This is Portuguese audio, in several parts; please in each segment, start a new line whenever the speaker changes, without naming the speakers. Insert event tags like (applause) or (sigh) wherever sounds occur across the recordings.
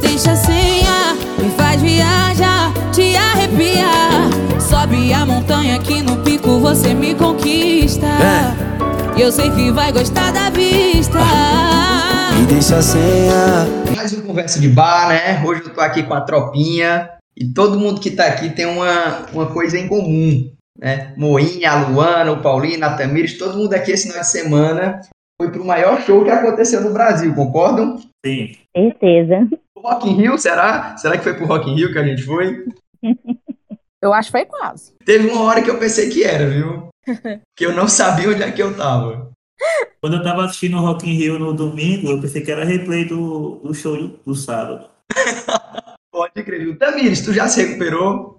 deixa senha, me faz viajar, te arrepiar. Sobe a montanha que no pico você me conquista.
É.
E eu sei que vai gostar da vista.
Me deixa senha.
Mais um conversa de bar, né? Hoje eu tô aqui com a tropinha e todo mundo que tá aqui tem uma, uma coisa em comum, né? Moinha, a Luana, o Paulino, a Tamires, todo mundo aqui esse final de semana foi pro maior show que aconteceu no Brasil, concordam?
Sim.
Certeza.
Rock in Rio, será? Será que foi pro Rock in Rio que a gente foi?
(laughs) Eu acho que foi quase.
Teve uma hora que eu pensei que era, viu? (laughs) que eu não sabia onde é que eu tava.
Quando eu tava assistindo o Rock in Rio no domingo, eu pensei que era replay do, do show do, do sábado.
Pode crer, viu? Tamires, tu já se recuperou?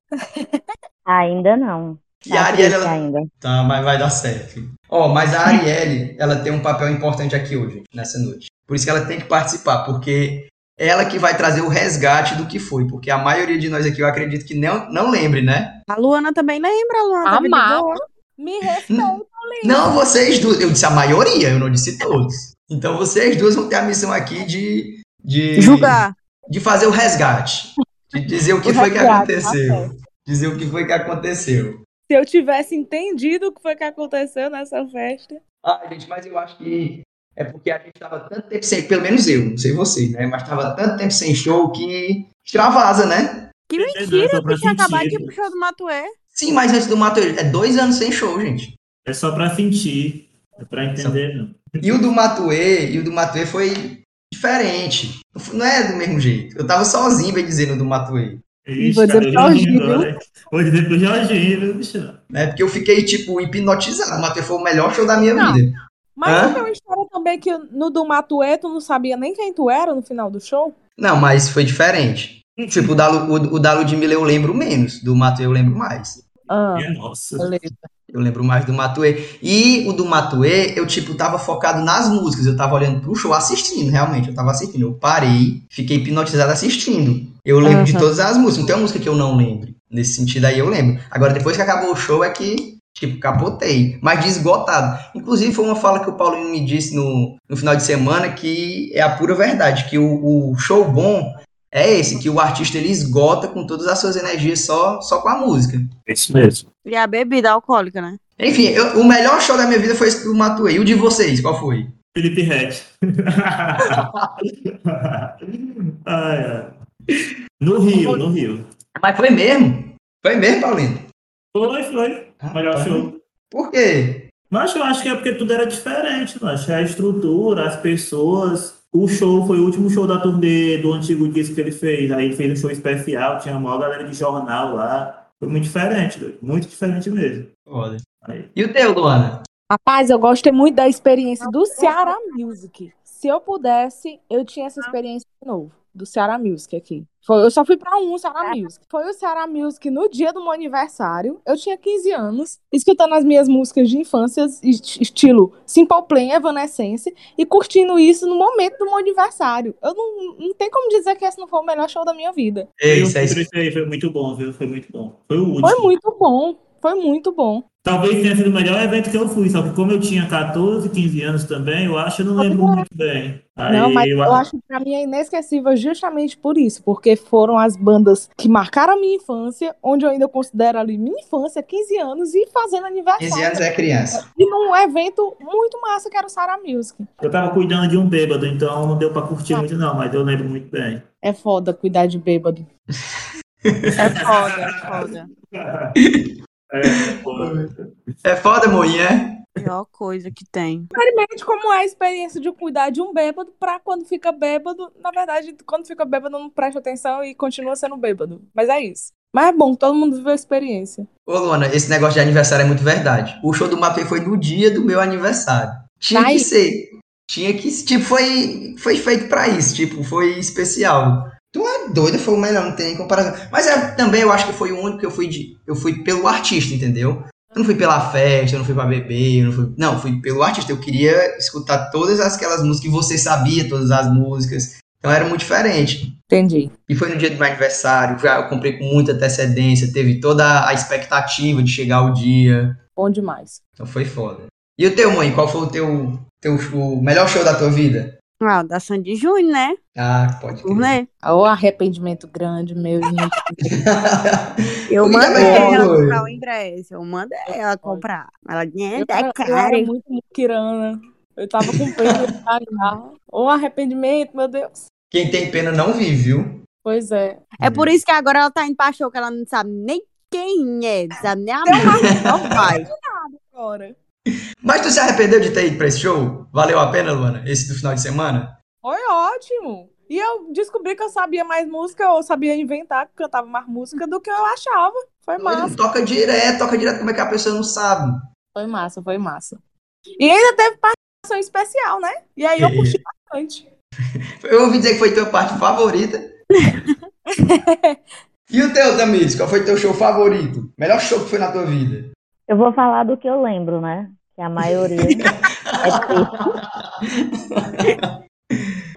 Ainda não.
E
Tá
a Ariela,
triste
ela-
ainda.
Tá, mas vai dar certo. Ó, mas a Arielle, ela tem um papel importante aqui hoje, nessa noite. Por isso que ela tem que participar, porque ela que vai trazer o resgate do que foi. Porque a maioria de nós aqui, eu acredito que não, não lembre, né?
A Luana também lembra, a Luana tava de
Amava.
boa.
Me responda.
Não, vocês duas. Eu disse a maioria, eu não disse todos. Então vocês duas vão ter a missão aqui de. de
Julgar.
De fazer o resgate. De dizer o que
O
foi que
resgate, tá
aconteceu. Dizer o que foi que aconteceu.
Se eu tivesse entendido o que foi que aconteceu nessa festa.
Ah, gente, mas eu acho que é porque a gente tava tanto tempo sem, pelo menos eu, não sei vocês, né? Mas tava tanto tempo sem show que extravasa, né?
Que
Não tem
mentira,
nada
eu
pra
tinha acabado de
sentir.
puxar do Matuê.
Sim, mas antes do Matuê, é dois anos sem show, gente.
É só pra sentir. É pra entender, não.
E o do Matuê, e o do Matuê foi diferente. Não foi- Não é do mesmo jeito. Eu tava sozinho, bem dizendo, do Matuê.
Ixi,
vou dizer
cara,
pro
eu
Jorginho,
lembro agora, hein? Vou dizer pro Jorginho, viu, bicho?
Né? Porque eu fiquei, tipo, hipnotizado. O Matuê foi o melhor show da minha
Não.
vida.
Mas
Hã?
não tem uma história também que no do Matuê tu não sabia nem quem tu era no final do show?
Não, mas foi diferente. Tipo, o da, Lu- o, o da Ludmilla eu lembro menos. Do Matuê eu lembro mais.
Ah,
Minha nossa.
beleza.
Eu lembro mais do Matuê. E o do Matuê, eu, tipo, tava focado nas músicas. Eu tava olhando pro show, assistindo, realmente. Eu tava assistindo. Eu parei, fiquei hipnotizado assistindo. Eu lembro de
Aham.
todas as músicas. Não tem uma música que eu não lembre. Nesse sentido aí, eu lembro. Agora, depois que acabou o show, é que, tipo, capotei. Mas de esgotado. Inclusive, foi uma fala que o Paulinho me disse no, no final de semana que é a pura verdade. Que o, o show bom é esse. Que o artista, ele esgota com todas as suas energias só, só com a música.
É isso mesmo.
E a bebida alcoólica, né?
Enfim, eu- o melhor show da minha vida foi esse do Matuei. E o de vocês, qual foi?
Felipe Red. Ai, ai. No Rio, no Rio.
Mas foi mesmo? Foi mesmo, Paulino?
Foi, foi. Melhor show.
Por quê?
Mas eu acho que é porque tudo era diferente, mas a estrutura, as pessoas. O show foi o último show da turnê do antigo disco que ele fez. Aí ele fez um show especial, tinha uma maior galera de jornal lá. Foi muito diferente, doido. muito diferente mesmo.
Olha.
Aí.
E o teu, Luana?
Rapaz, eu gostei muito da experiência do Ceará Music. Se eu pudesse, eu tinha essa experiência de novo, do Ceará Music aqui. Foi, eu só fui pra um Ceará Music. Foi o Ceará Music no dia do meu aniversário. Eu tinha 15 anos, escutando as minhas músicas de infância, est- estilo Simple Plan, Evanescence, e curtindo isso no momento do meu aniversário. Eu não, não tem como dizer que esse não foi o melhor show da minha vida.
Ei,
E o
isso é
Felipe Red foi muito bom, viu? Foi muito bom. Foi o último.
Foi muito bom, foi muito bom.
Talvez tenha sido o melhor evento que eu fui, só que como eu tinha 14, 15 anos também, eu acho que eu não lembro muito bem. Aí
Não, mas eu
acho-
acho que pra mim é inesquecível justamente por isso, porque foram as bandas que marcaram a minha infância, onde eu ainda considero ali minha infância, 15 anos, e fazendo
15
aniversário.
anos é criança.
E num evento muito massa que era o Sara Music.
eu tava cuidando de um bêbado, então não deu pra curtir muito, não, mas eu lembro muito bem.
É foda cuidar de bêbado.
É foda, é foda.
É, pô.
É foda, moinha. Pior
Pior coisa que tem.
Primeiramente, como é a experiência de cuidar de um bêbado pra quando fica bêbado, na verdade, quando fica bêbado não presta atenção e continua sendo bêbado. Mas é isso. Mas é bom, todo mundo viveu a experiência.
Ô, Luana, esse negócio de aniversário é muito verdade. O show do Matuê foi no dia do meu aniversário. Tinha
Vai.
que ser. Tinha que ser. Tipo, foi, foi feito pra isso. Tipo, foi especial. Tu é doida, foi o melhor, não tem nem comparação. Mas é, também eu acho que foi o único que eu fui de. Eu fui pelo artista, entendeu? Eu não fui pela festa, eu não fui pra beber, eu não fui. Não, fui pelo artista. Eu queria escutar todas aquelas músicas que você sabia, todas as músicas. Então era muito diferente.
Entendi.
E foi no dia do meu aniversário, já eu comprei com muita antecedência, teve toda a expectativa de chegar o dia.
Bom demais.
Então foi foda. E o teu, mãe? Qual foi o teu, teu show- o melhor show da tua vida?
Ah, da Sandy Júnior, né?
Ah, pode crer.
Turnê.
Ó, arrependimento grande, meu. (laughs) gente.
Eu
Ainda
mandei
bem que
ela
foi.
comprar o ingresso. Eu mandei
É.
ela comprar. Ela disse,
Eu,
é
era- eu era
cara.
muito muquirana. Eu tava com pena de pagar. Ô, arrependimento, meu Deus.
Quem tem pena não vive, viu?
Pois é.
É por isso que agora ela tá indo pra show, que ela não sabe nem quem é, não sabe nem a mãe. Não vai.
Agora.
Mas tu se arrependeu de ter ido pra esse show? Valeu a pena, Luana? Esse do final de semana?
Foi ótimo. E eu descobri que eu sabia mais música, eu sabia inventar, que cantava mais música do que eu achava. Foi massa.
Toca direto, toca direto. Como é que a pessoa não sabe?
Foi massa, foi massa. E ainda teve participação especial, né? E aí eu
É.
curti bastante.
Eu ouvi dizer que foi tua parte
(laughs)
favorita. e o teu, Tamires? Qual foi teu show favorito? Melhor show que foi na tua vida?
Eu vou falar do que eu lembro, né? Que
(laughs)
a maioria é triste.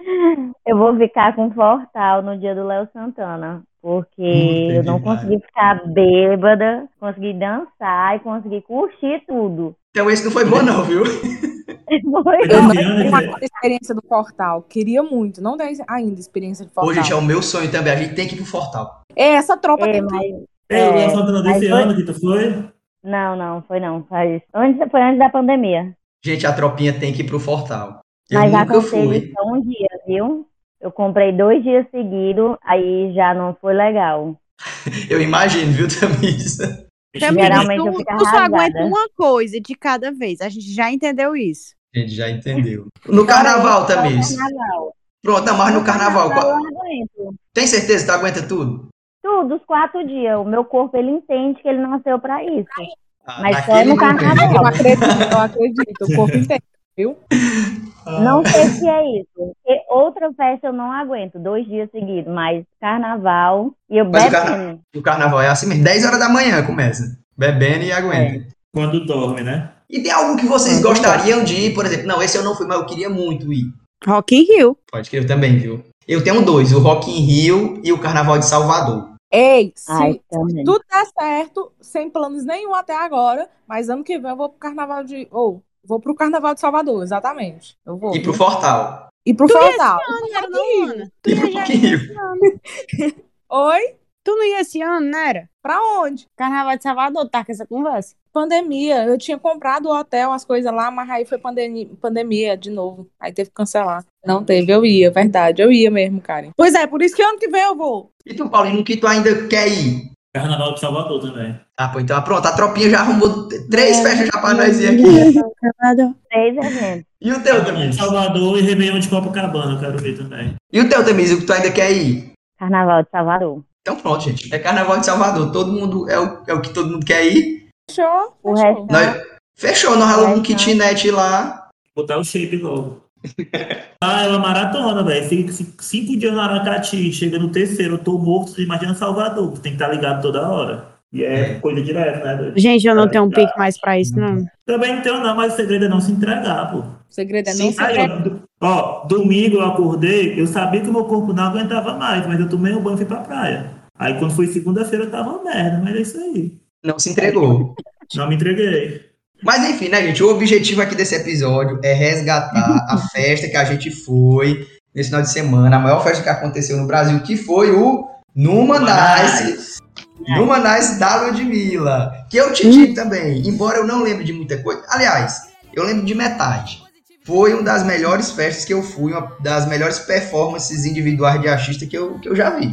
Eu vou ficar com Fortal no dia do Léo Santana, porque
Hum,
eu não
entendi, vai.
consegui ficar bêbada, consegui dançar e consegui curtir tudo. (laughs)
Então esse não foi bom não, viu?
Foi
Eu
Eu
não
não
Juliana, tenho Juliana.
tenho experiência do portal. Queria muito. Não tem ainda experiência do
Hoje,
portal.
gente, é o meu sonho também. A gente tem que ir pro Fortal.
Essa tropa
É,
tem
mas-
Ei, o
É,
Léo Santana desse
mas foi-
ano que tu foi?
Não, não, foi não. Faz... Antes, foi antes da pandemia.
Gente, a tropinha tem que ir pro Fortal. Eu
Mas
nunca
aconselho
fui.
só um dia, viu? Eu comprei dois dias seguidos, aí já não foi legal.
Eu imagino, viu, Tamires?
Tamires,
Geralmente eu
tu,
fico
tu só
arrasada.
aguenta uma coisa de cada vez. A gente já entendeu isso.
A gente já entendeu. No carnaval, Tamires.
Carnaval.
Pronto, não, mas no carnaval.
Carnaval
qual-
eu aguento.
Tem certeza que tu aguenta tudo?
Tudo, os quatro dias. O meu corpo, ele entende que ele nasceu pra isso.
Ah,
Mas só
naquele
no
momento.
carnaval.
Eu acredito, eu acredito. O corpo inteiro.
Ah,
Não sei se é isso. Porque outra festa eu não aguento, dois dias seguidos. Mas carnaval e eu
Mas o
bebendo.
carna- O carnaval é assim mesmo. 10 horas da manhã começa. Bebendo e aguenta.
Quando dorme, né?
E tem algo que vocês gostariam de ir, por exemplo? Não, esse eu não fui, mas eu queria muito ir.
Rock in Rio.
Pode crer eu também, viu? Eu tenho dois, o Rock in Rio e o Carnaval de Salvador.
Ei, se
Ai, também.
tudo der certo, sem planos nenhum até agora, mas ano que vem eu vou pro carnaval de. Ou, vou pro carnaval de Salvador, exatamente. Eu vou.
E pro Fortal.
E pro Fortal.
Não era não, Ana? Tu
E
ia
pro
já-
Rock in Rio.
Oi?
Tu não ia esse ano, não era?
Pra onde?
Carnaval de Salvador, tá com essa conversa.
Pandemia, eu tinha comprado o hotel, as coisas lá, mas aí foi pandem- pandemia de novo. Aí teve que cancelar. Não teve, eu ia, verdade, eu ia mesmo, Karen. Pois é, por isso que ano que vem eu vou.
E tu, Paulinho, que tu ainda quer ir?
Carnaval de Salvador também.
Ah, pô, então pronto, a tropinha já arrumou t- três festas já pra nós ir aqui.
Três eventos.
E o teu,
Carnaval de
Tamires?
Salvador e Réveillon de Copacabana, eu quero ver também.
E o teu, Tamires, o que tu ainda quer ir?
Carnaval de Salvador.
Então pronto, gente. É Carnaval de Salvador. Todo mundo, é o, é o que todo mundo quer ir.
Fechou?
O
Fechou.
resto-
Nós- fechou, nós alugamos um
Vai,
kitnet lá.
Botar o shape novo. Ah, é uma maratona, velho. Cinco, cinco- cinco dias no Aracati, chega no terceiro, eu tô morto, imagina Salvador, que tem que estar ligado toda hora. E é coisa direta, né, doido?
Gente, eu não tenho um pique mais pra isso, não.
Também não tenho, não, mas o segredo é não se entregar, pô.
O segredo é
Sim,
não
aí,
se
Aí, ó, do- ó, domingo eu acordei, eu sabia que o meu corpo não aguentava mais, mas eu tomei um banho e fui pra praia. Aí quando foi segunda-feira eu tava uma merda, mas é isso aí.
Não se entregou.
Não me entreguei.
Mas enfim, né, gente? O objetivo aqui desse episódio é resgatar (laughs) a festa que a gente foi nesse final de semana, a maior festa que aconteceu no Brasil, que foi o Numa Nice. Numa Nice da Ludmilla. Que eu te digo também, embora eu não lembre de muita coisa. Aliás, eu lembro de metade. Foi uma das melhores festas que eu fui, uma das melhores performances individuais de artista que eu, que eu já vi.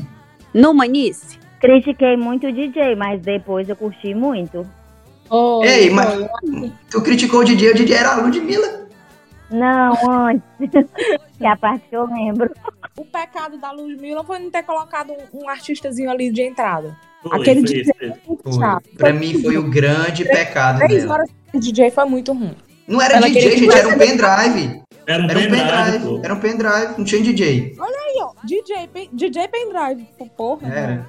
No Manice?
Critiquei muito o DJ, mas depois eu curti muito.
Oi,
Ei, mas-
oi.
Tu criticou o DJ, o DJ era a Ludmilla.
Não, antes. (laughs) que é a parte que eu lembro.
O pecado da Ludmilla foi não ter colocado um, um artistazinho ali de entrada.
Foi,
Aquele
foi
dia-
isso mesmo.
Muito
Foi.
chato.
Pra mim foi o grande pecado
Tá. Três
dela.
horas de DJ foi muito ruim.
Não era
Ela
DJ,
queria
gente,
que
era um pendrive.
Era
Era
um
um
pendrive,
pendrive,
pô.
era um pendrive, não tinha DJ.
Aí, ó, DJ, pen- DJ pendrive, pô, porra.
Era.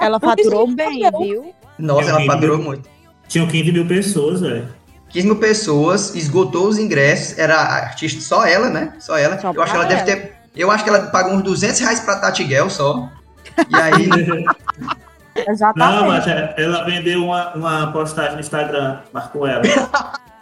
Ela faturou bem, viu?
Nossa,
Eu
ela
queria.
faturou muito.
Tinham 15 mil pessoas,
(laughs)
velho.
15 mil pessoas, esgotou os ingressos, era artista, só ela, né? Só ela.
Só
eu acho que ela
pra
deve ter. Eu acho que ela pagou uns 200 reais pra Tati Guel só. E
(laughs)
aí,
Não,
Exatamente.
mas é, ela vendeu uma, uma postagem no Instagram, marcou ela.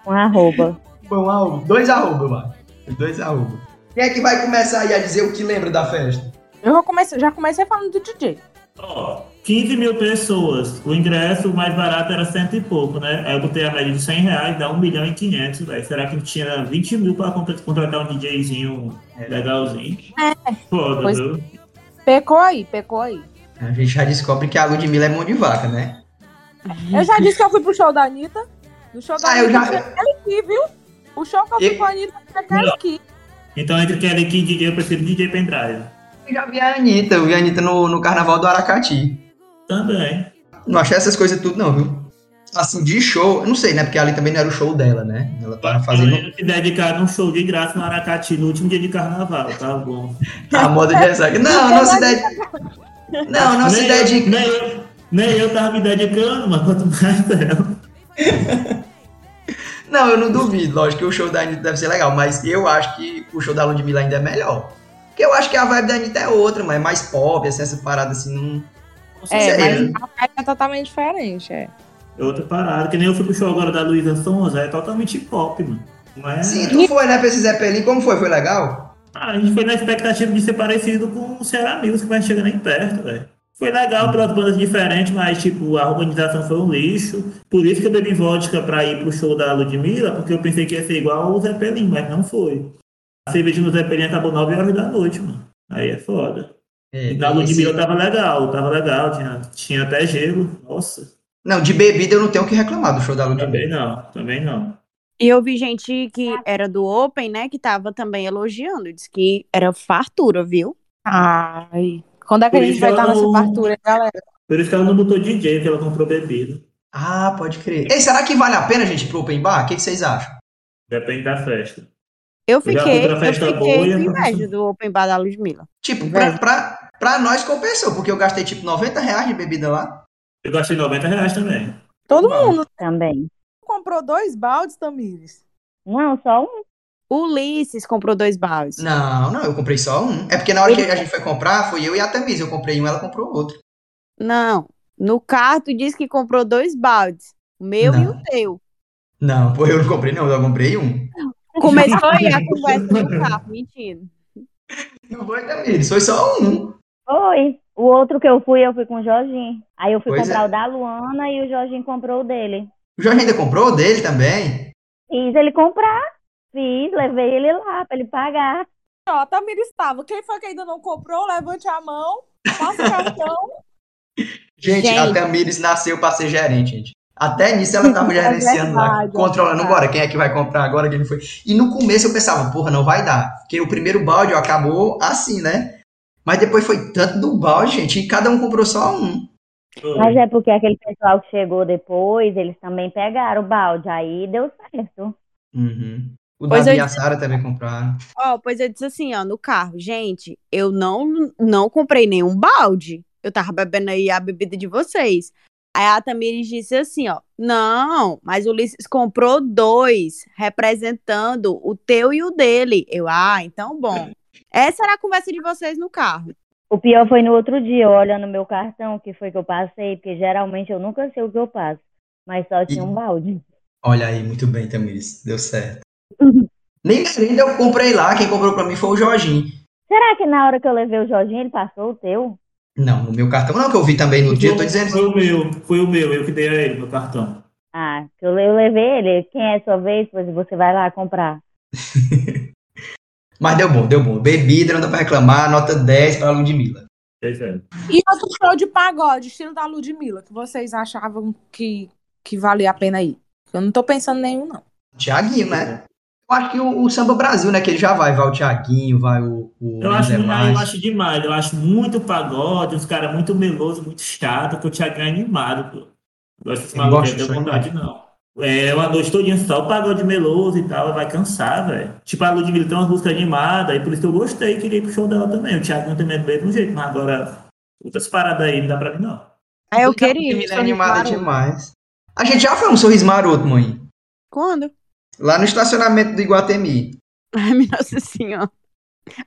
Com arroba.
foi um arroba, dois arroba, mano. Dois arroba. Quem é que vai começar aí a dizer o que lembra da festa?
Eu vou começar, já comecei falando do DJ.
Ó, 15 mil pessoas. O ingresso mais barato era cento e pouco, né? Aí eu botei a média de 100 reais, dá 1 milhão e 500, velho. Será que tinha 20 mil pra contra- contratar um DJzinho legalzinho? É. Foda,
Pois-
viu?
Pecou aí, pecou aí.
A gente já descobre que a Ludmilla é mão de vaca, né?
Eu já disse que eu fui pro show da Anitta. No show da
Ah, eu
Anitta,
já-
eu quero aqui, viu? O show que eu
E-
fui com a Anitta, eu quero aqui.
Então, entre aquele aqui, DJ, eu prefiro DJ Pendrive.
Eu já vi a Anitta, eu vi a Anitta no, no carnaval do Aracati.
Também.
Não achei essas coisas tudo, não, viu? Assim, de show, eu não sei, né? Porque ali também não era o show dela, né? Ela tava fazendo
Também se dedicar num show de graça no Aracati no último dia de carnaval, tá bom.
a moda de ressaca. Não, não se dedica. Não, não se
Nem
dedica.
eu- Nem eu, nem eu tava me dedicando, mas quanto mais (laughs) ela.
Não, eu não duvido. Lógico que o show da Anitta deve ser legal, mas eu acho que o show da Ludmilla ainda é melhor. Porque eu acho que a vibe da Anitta é outra, mas é mais pop, assim, essa parada assim. Não...
É,
Sei, né?
mas a festa é totalmente diferente, é.
É outra parada. Que nem eu fui pro show agora da Luísa Sonza, é totalmente pop, mano. é Mas
Sim, tu foi, né, pra esse Zeppelin? Como foi? Foi legal?
Ah, a gente foi na expectativa de ser parecido com o Ceará Music, mas chega nem perto, velho. Foi
Uhum.
legal pelas bandas diferentes, mas tipo, a organização foi um lixo. Por isso que eu bebi vodka pra ir pro show da Ludmilla, porque eu pensei que ia ser igual o Zeppelin, mas não foi. A cerveja no Zeppelin acabou 9 horas da noite, mano. Aí é foda.
É,
E da
esse-
Ludmilla tava legal, tava legal, tinha, tinha até gelo. Nossa,
Não, de bebida eu não tenho o que reclamar do show da Ludmilla.
também não, também não.
E eu vi gente que era do Open, né, que tava também elogiando. Diz que era fartura, viu?
Ai. Quando é que a
Por
gente
isso
vai
eu
estar nessa
não-
fartura, hein, galera?
Por isso que ela não botou DJ, que ela comprou bebida.
Ah, pode crer. Ei, será que vale a pena, gente, pro Open Bar? O que que vocês acham?
Depende da festa.
Eu
fui pra
fiquei, eu
festa
fiquei
boa e
com
eu-
inveja do Open Bar da Ludmilla.
Tipo, pra, pra, pra nós compensou, porque eu gastei tipo 90 reais de bebida lá.
Eu gastei 90 reais também.
Todo
Não.
mundo
também.
comprou dois baldes, Tamires.
Não, só um.
Ulisses comprou dois baldes.
Não, não, eu comprei só um. É porque na hora que a gente foi comprar, foi eu e a Tamisa. Eu comprei um, ela comprou outro.
Não. No carro, tu disse que comprou dois baldes. O meu e
Não.
o teu.
Não, pô, eu não comprei, não, eu comprei um. (laughs)
Começou aí a conversa no carro, mentindo.
Não foi, Tamires, foi só um.
Foi. O outro que eu fui, eu fui com o Jorginho. Aí eu fui
Pois
comprar
é.
o da Luana e o Jorginho comprou o dele.
O Jorge ainda comprou o dele também.
Fiz ele comprar. Fiz, levei ele lá pra ele pagar.
Ó, a Tamires estava. Quem foi que ainda não comprou, levante a mão. Passa o (laughs) cartão.
Gente, a
Gente.
Tamires nasceu pra ser gerente, gente. Até nisso ela tava gerenciando lá,
verdade, (laughs) é
controlando
verdade.
agora quem é que vai comprar agora, quem não foi. E no começo eu pensava, porra, não vai dar. Porque o primeiro balde ó, acabou assim, né? Mas depois foi tanto do balde, gente, e cada um comprou só um.
Foi.
Mas é porque aquele pessoal que chegou depois, eles também pegaram o balde. Aí deu certo.
Uhum. O
Pois
Davi
eu
e a Sara também compraram.
Ó, pois eu disse assim, ó, no carro, gente, eu não, não comprei nenhum balde. Eu tava bebendo aí a bebida de vocês. Aí a Tamires disse assim, ó, não, mas o Ulisses comprou dois, representando o teu e o dele. Eu, ah, então bom.
É.
Essa era a conversa de vocês no carro.
O pior foi no outro dia, eu olhando meu cartão, que foi que eu passei, porque geralmente eu nunca sei o que eu passo. Mas só tinha um balde.
Olha aí, muito bem, Tamires, deu certo.
Uhum.
Nem ainda eu comprei lá, quem comprou pra mim foi o Jorginho.
Será que na hora que eu levei o Jorginho, ele passou o teu?
Não, no meu cartão não, que eu vi também no Um dia, eu tô
Foi-
dizendo.
Então,
assim,
Foi o meu, foi o meu, eu que dei a ele meu cartão.
Ah, que eu, eu levei ele. Quem é sua vez? Pois você vai lá comprar.
Mas deu bom, deu bom. Bebida, não dá pra reclamar, nota 10 pra Ludmilla.
Pois é.
E outro show de pagode, estilo da Ludmilla, que vocês achavam que, que valia a pena ir. Eu não tô pensando em nenhum, não.
Tiaguinho, né? Eu acho que o, o Samba Brasil, né? Que ele já vai, vai o Tiaguinho, vai o, o
Eu acho,
Zé
eu
Maia.
acho demais, eu acho muito pagode, uns caras muito meloso, muito chato, que o Thiago é animado, pô. Eu Gosto desse
Eu
maluco,
gosto
não tenho
disso aí,
vontade, não. É, uma noite todinha só pagode meloso e tal, vai cansar, velho. Tipo, a Ludmilla tem umas músicas animadas, e por isso que eu gostei, queria ir pro show dela também. O Thiago também é do mesmo jeito, mas agora, outras paradas aí, não dá pra mim, não.
Aí É, eu
Muita
queria. um
menina
sorriso
animada
maroto.
demais. A gente já foi um sorriso maroto, mãe.
Quando? (laughs)
Lá no estacionamento do Iguatemi.
Ai, minha nossa senhora.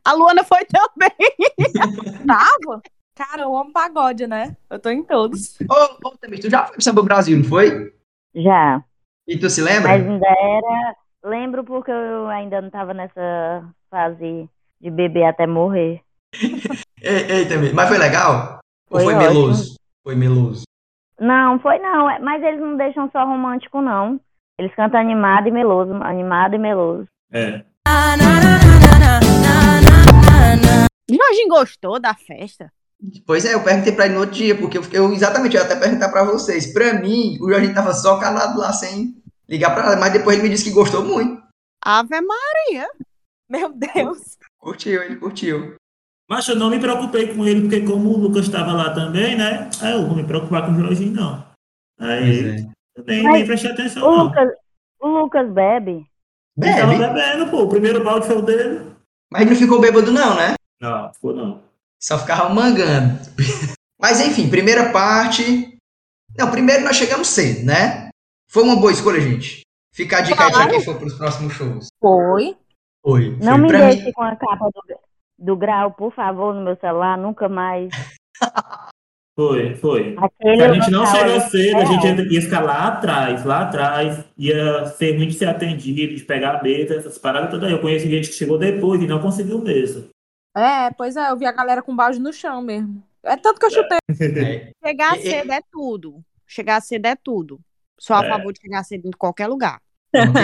A Luana foi também.
(laughs)
Tava? Cara, eu amo pagode, né? Eu tô em todos.
Ô, ô, Tamir, tu já foi pro Samba Brasil, não foi?
Já.
E tu se lembra?
Mas ainda era. Lembro porque eu ainda não tava nessa fase de beber até morrer.
Ei, ei, também. Mas foi legal? Ou
Foi
foi
ótimo.
meloso? Foi meloso.
Não, foi não. É- Mas eles não deixam só romântico, não. Eles cantam animado e meloso, animado e meloso.
É.
Na, na, na, na, na, na, na, na.
Jorginho gostou da festa?
Pois é, eu perguntei pra ele no outro dia, porque eu, eu exatamente, eu ia até perguntar pra vocês. Pra mim, o Jorginho tava só calado lá, sem ligar pra nada, mas depois ele me disse que gostou muito.
Ave Maria.
Meu Deus.
Curtiu, ele curtiu.
Mas eu não me preocupei com ele, porque como o Lucas estava lá também, né? Aí eu vou me preocupar com o Jorginho, não.
é.
Aí eu nem, nem prestei atenção,
O
não.
Lucas, o Lucas bebe.
Ele
Então,
tava
né?
Bebe,
bebendo, pô. O primeiro balde foi o dele.
mas não ficou bêbado não, né?
Não, ficou não.
Só ficava mangando. (laughs) Mas enfim, primeira parte. Não, primeiro nós chegamos cedo, né? Foi uma boa escolha, gente. Fica a dica aí pra quem for pros próximos shows.
Foi.
Foi.
Não
foi.
me
pra
deixe com a capa do, do grau, por favor, no meu celular, nunca mais.
Foi, foi.
Aquele
Se a gente não
local
chegou
ali-
cedo, a
é.
gente ia ficar lá atrás, lá atrás, ia ser muito ser atendido, de pegar a mesa, essas paradas todas aí. Eu conheço gente que chegou depois e não conseguiu mesmo.
É, pois é, eu vi a galera com balde no chão mesmo. É tanto que eu chutei.
(laughs) É,
Chegar
E-
cedo é tudo. Chegar cedo é tudo. Sou a
É.
favor de chegar cedo em qualquer lugar.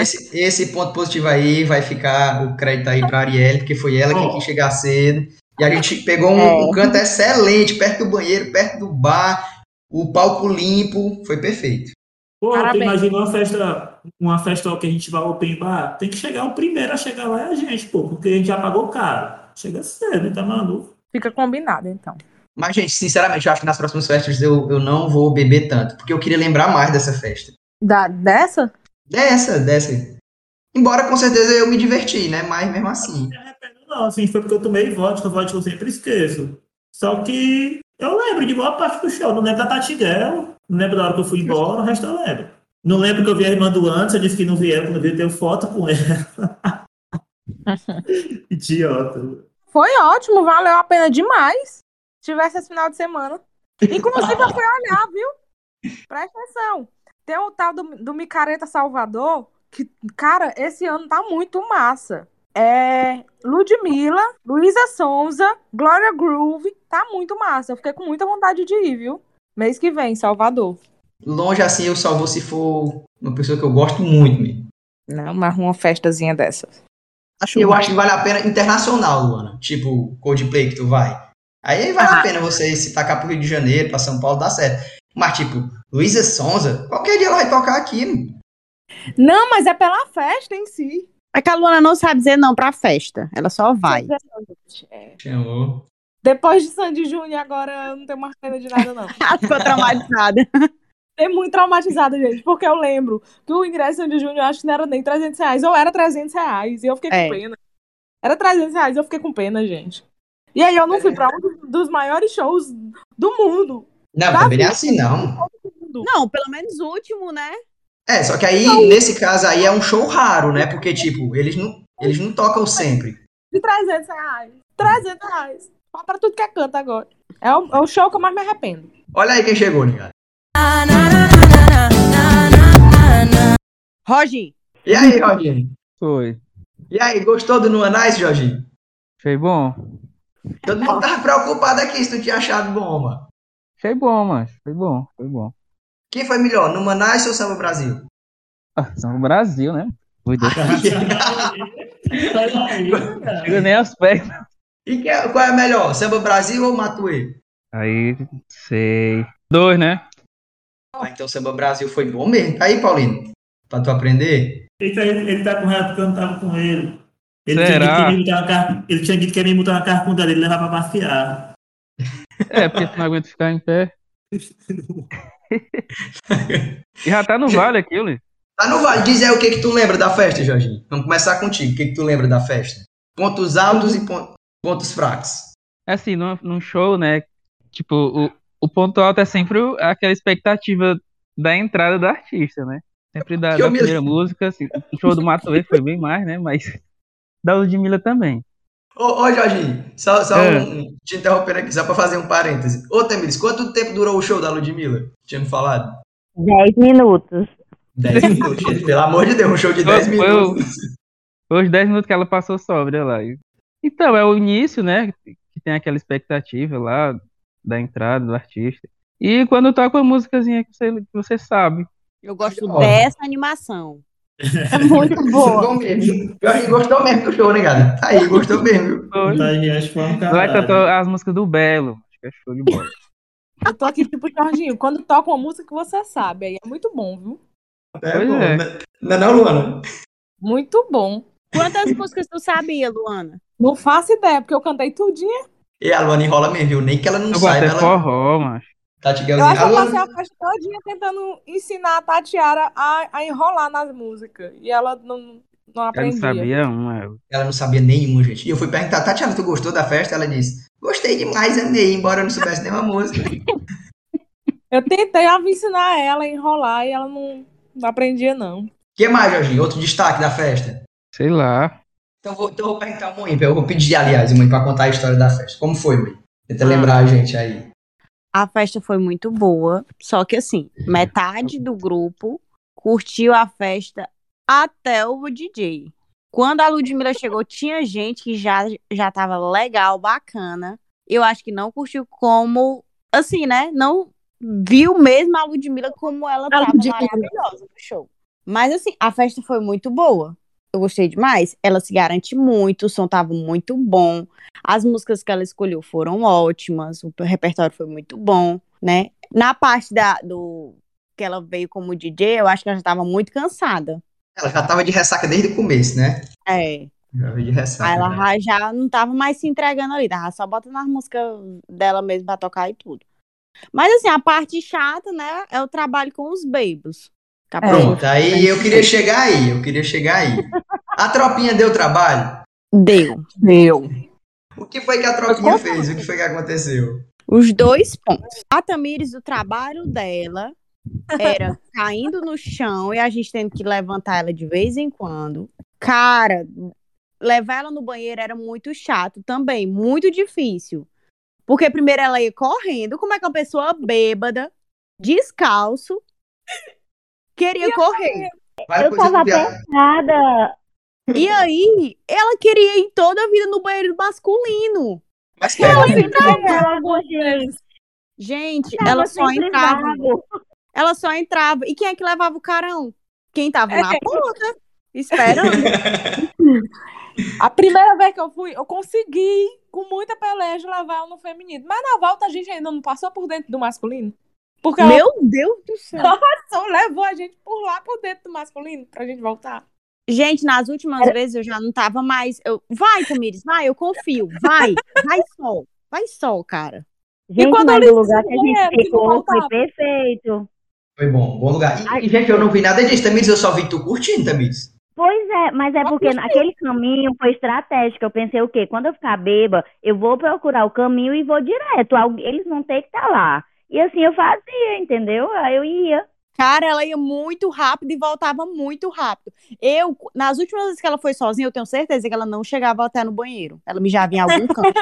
esse, esse ponto positivo aí vai ficar o crédito aí pra Arielle, porque foi ela que
Bom.
quis chegar cedo. E a gente pegou um, um canto excelente, perto do banheiro, perto do bar, o palco limpo. Foi perfeito.
Porra, tu
Parabéns.
imagina uma festa, uma festa que a gente vai open bar, tem que chegar o primeiro a chegar lá é a gente, pô, porque a gente já pagou caro. Chega cedo, tá maluco?
Fica combinado, então.
Mas, gente, sinceramente, eu acho que nas próximas festas eu, eu não vou beber tanto, porque eu queria lembrar mais dessa festa.
Da, dessa?
Dessa, dessa. Embora com certeza eu me diverti, né? Mas mesmo assim.
Me arrependo não, assim, foi porque eu tomei vodka, vodka eu sempre esqueço. Só que eu lembro de boa parte do show, não lembro da Tatiguel, não lembro da hora que eu fui embora, o resto eu lembro. Não lembro que eu vi a irmã do antes, eu disse que não vi ela, não vi, eu tenho foto com ela. Idiota.
Foi ótimo, valeu a pena demais. Se tivesse esse final de semana. Inclusive, eu fui olhar, viu? Presta atenção. Tem o tal do, do Micareta Salvador, que, cara, esse ano tá muito massa. É Ludmilla, Luísa Sonza, Glória Groove, tá muito massa. Eu fiquei com muita vontade de ir, viu? Mês que vem, Salvador.
Longe assim eu só vou se for uma pessoa que eu gosto muito mesmo.
Não, mas uma festazinha dessa. Acho
Eu acho que vale a pena internacional, Luana. Tipo, Coldplay que tu vai. Aí vale a pena você se tacar pro Rio de Janeiro, pra São Paulo, dá certo. Mas, tipo, Luísa Sonza, qualquer dia ela vai tocar aqui. mano.
Não, mas é pela festa em si.
É que a Luana não sabe dizer não pra festa. Ela só
(laughs)
vai.
É.
Chamou.
Depois de Sandy Júnior, agora eu não tenho mais pena de nada, não.
Ficou traumatizada.
Fiquei É muito traumatizada, gente, porque eu lembro que o ingresso de Sandy Júnior acho que não era nem 300 reais, ou era 300 reais, e eu fiquei
É.
com pena. Era 300 reais, eu fiquei com pena, gente. E aí eu não fui pra um dos- dos maiores shows do mundo.
Não,
Tá
também não é
vivo.
assim, não.
Não, pelo menos o último, né?
É, só que aí, nesse caso aí, é um show raro, né? Porque, tipo, eles não, eles não tocam sempre.
De 300 reais. 300 reais. Vai Pra tudo que é canto agora. É o, é o show que eu mais me arrependo.
Olha aí quem chegou, ligado.
Na, na, na, na, na, na, na, na.
Roginho,
E aí, Jorginho?
Foi.
E aí, gostou do Nuan Nice, Jorginho?
Achei bom.
Todo mundo tava preocupado aqui se tu tinha achado bom, mano.
Achei bom, mas foi bom, foi bom.
Quem foi melhor, Nuan Nice ou Samba Brasil?
Ah, são no Brasil, né? Foi dois.
Olha aí, cara.
Chega nem aos né? pés.
E que- qual é melhor, Samba Brasil ou Matuê?
Aí, sei. Dois, né?
Ah, então Samba Brasil foi bom mesmo. Tá aí, Paulino, pra tu aprender.
Então, ele, ele tá com raiva porque eu não tava com ele. Ele
Será?
Tinha dito que ia me botar uma car... Ele tinha dito que ia me botar uma carcunda dele e levar pra passear.
É, porque tu não aguenta ficar em pé. (laughs) E já tá no vale aquilo.
Tá no vale, diz aí o que que tu lembra da festa, Jorginho. Vamos começar contigo, o que que tu lembra da festa? Pontos altos e pon- pontos fracos.
Assim, num, num show, né? Tipo, o, o ponto alto é sempre o- aquela expectativa da entrada do artista, né? Sempre da,
Que
da
eu me-
primeira música. Assim, o show do Matuê foi bem mais, né? Mas da Ludmilla também.
Ô, ô Jorginho, só, só
É.
um, te interrompendo aqui, só pra fazer um parêntese. Ô, Tamiris, quanto tempo durou o show da Ludmilla? Tinha me falado.
10 minutos.
10 minutos, gente, pelo amor de Deus, um show de 10
Foi- foi o-
minutos.
Foi os 10 minutos que ela passou sóbria lá. E- Então, é o início, né? Que tem aquela expectativa lá da entrada do artista. E quando toca uma musicazinha que você, que você sabe.
Eu gosto
Ó.
dessa animação.
É muito boa.
Gostou mesmo. Pior que gostou mesmo do show, né, cara? Tá aí, gostou mesmo. viu?
Contagiante pra um
Vai
caralho.
cantar as músicas do Belo. Acho que é show de bola.
Eu tô aqui tipo Jorginho, quando toca uma música que você sabe, aí é muito bom, viu?
É,
Pois
pô,
é.
né? Não é não, Luana?
Muito bom.
Quantas músicas tu sabia, Luana?
Não faço ideia, porque eu cantei tudinho.
E a Luana enrola mesmo, viu? Nem que ela não
Eu gosto
saiba,
é
ela... tá
forró, macho.
Tati
Eu
Gelzinha.
acho
A
que eu
Luana...
passei a festa todinha tentando ensinar a Tatiara a, a enrolar nas músicas. E ela não, não
Eu não
aprendia.
sabia um, é, uma.
Ela não sabia nenhuma, gente. E eu fui perguntar, Tatiana, tu gostou da festa? Ela disse, gostei demais, amei, embora eu não soubesse nenhuma música.
Eu tentei eu ensinar ela a enrolar e ela não, não aprendia, não.
O que mais, Jorginho? Outro destaque da festa?
Sei lá.
Então vou, então vou perguntar a mãe, eu vou pedir, aliás, a mãe, pra contar a história da festa. Como foi, mãe? Tenta
Ah.
lembrar a gente aí.
A festa foi muito boa, só que assim, metade do grupo curtiu a festa até o DJ. Quando a Ludmilla chegou, tinha gente que já já tava legal, bacana. Eu acho que não curtiu como assim, né? Não viu mesmo a Ludmilla como ela tava
Ludmilla.
maravilhosa no show. Mas assim, a festa foi muito boa. Eu gostei demais. Ela se garante muito, o som tava muito bom. As músicas que ela escolheu foram ótimas, o repertório foi muito bom, né? Na parte da, do que ela veio como DJ, eu acho que ela já estava muito cansada.
Ela já tava de ressaca desde o começo, né?
É.
Já veio de
Aí
Ah,
ressaca.
ela
né?
já- já não tava mais se entregando ali, tava só botando as músicas dela mesmo pra tocar e tudo. Mas assim, a parte chata, né, é o trabalho com os beibos. Que a
É.
pessoa
Pronto, aí eu queria chegar aí, eu queria chegar aí. A tropinha deu trabalho?
Deu.
Meu.
O que foi que a tropinha fez? O que foi que aconteceu?
Os dois pontos. A Tamires, o trabalho dela era caindo no chão e a gente tendo que levantar ela de vez em quando. Cara, levar ela no banheiro era muito chato também, muito difícil. Porque primeiro ela ia correndo, como é que uma pessoa bêbada, descalço, queria correr?
Vai
Eu
coisa
tava
que-
apertada.
E aí, ela queria ir toda a vida no banheiro masculino.
Mas pera,
Ela aguentou.
Gente,
Tava
ela só
sempre
entrava.
vago.
Ela só entrava. E quem é que levava o carão? Quem tava na porta, esperando.
A primeira vez que eu fui, eu consegui, com muita peleja, levar ela no feminino. Mas na volta a gente ainda não passou por dentro do masculino. Porque ela
Meu Deus do céu.
só levou a gente por lá, por dentro do masculino, pra gente voltar.
Gente, nas últimas vezes eu já não tava mais. Eu... Vai, Tamires, vai, eu confio. Vai, vai só. Vai só, cara.
Gente,
quando
mas
eu
o lugar que a
liguei,
gente
ele não
ficou foi
voltava.
perfeito.
Foi bom, bom lugar. E, e, gente, eu não vi nada disso, Tamires, eu só vi tu curtindo, Tamires.
Pois é, mas é porque aquele caminho foi estratégico. Eu pensei o quê? Quando eu ficar bêba, eu vou procurar o caminho e vou direto. Algu- Eles vão ter que estar lá. E assim eu fazia, entendeu? Aí eu ia.
Cara, ela ia muito rápido e voltava muito rápido. Eu, nas últimas vezes que ela foi sozinha, eu tenho certeza que ela não chegava até no banheiro. Ela mijava em algum canto.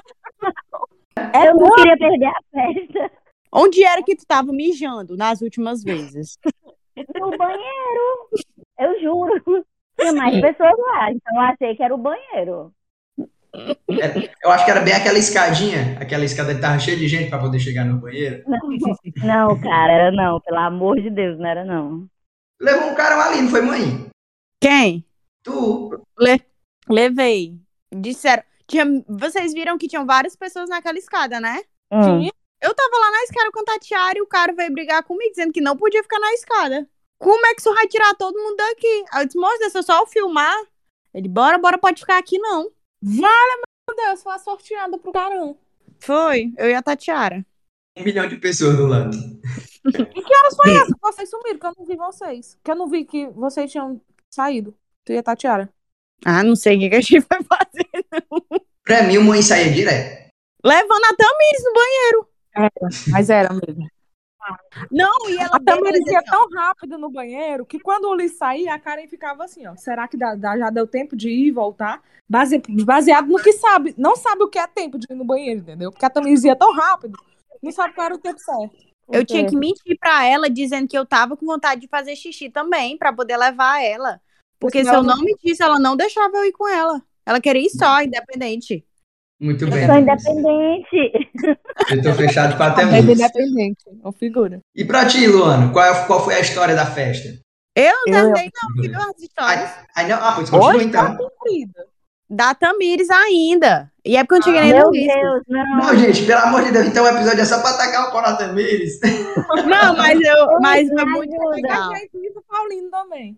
eu não queria perder a festa
Onde era que tu tava mijando nas últimas vezes?
(laughs) no banheiro. Eu juro. Tinha mais pessoas lá, então eu achei que era o (laughs) banheiro.
Eu acho que era bem aquela escadinha, aquela escada que tava cheia de gente pra poder chegar no banheiro.
Não, cara, era não. Pelo amor de Deus, não era não.
Levou um cara ali, não foi, mãe?
Quem?
Tu.
Levei. Disseram. Tinha, vocês viram que tinham várias pessoas naquela escada, né?
Hum.
Tinha-
Eu tava lá na escada com a Tatiara e o cara veio brigar comigo, dizendo que não podia ficar na escada. Como é que isso vai tirar todo mundo daqui? Aí eu disse, moço, deixa eu só eu filmar. Ele, bora, bora, pode ficar aqui não.
Meu Deus, foi uma sorteada pro carão.
Foi, eu e a Tatiara.
Um milhão de pessoas do lado.
E que horas foi essa que vocês sumiram? Que eu não vi vocês. Que eu não vi que vocês tinham saído. Tu e a Tatiara.
Ah, não sei o que, que a gente vai fazer.
Pra mim, o mãe saía direto.
Levando a Tamires no banheiro.
Mas era mesmo.
Não, e ela
A Tamiris
dizia
ia
assim, ó,
tão rápido no banheiro que quando o Ulisses saía, a Karen ficava assim, ó. Será que dá- dá- já deu tempo de ir e voltar? Base- baseado no que sabe. Não sabe o que é tempo de ir no banheiro, entendeu? Porque a Tamiris ia tão rápido, não sabe qual era o tempo certo.
Eu tinha
né?
que mentir pra ela dizendo que eu tava com vontade de fazer xixi também, pra poder levar ela. Porque se eu não mentisse, ela não deixava eu ir com ela. Ela queria ir só, independente.
Muito
Eu
bem.
sou
Luiz.
independente.
Eu tô fechado com até
É
muito.
independente, é uma figura.
E pra ti, Luana, qual, é, qual foi a história da festa?
Eu não
Eu-
terminei, não, filho, as
Ai,
histórias.
ai, não, ah, pois continua então.
Cumprida.
Da Tamires ainda. E é porque eu não cheguei nem
Ah, Meu
no Whisper.
Deus, não.
Não, gente, pelo amor de Deus, então o episódio é só pra atacar o pau na Tamires.
Não, mas eu. Mas
me
foi É muito
ajuda.
legal.
o Paulino também.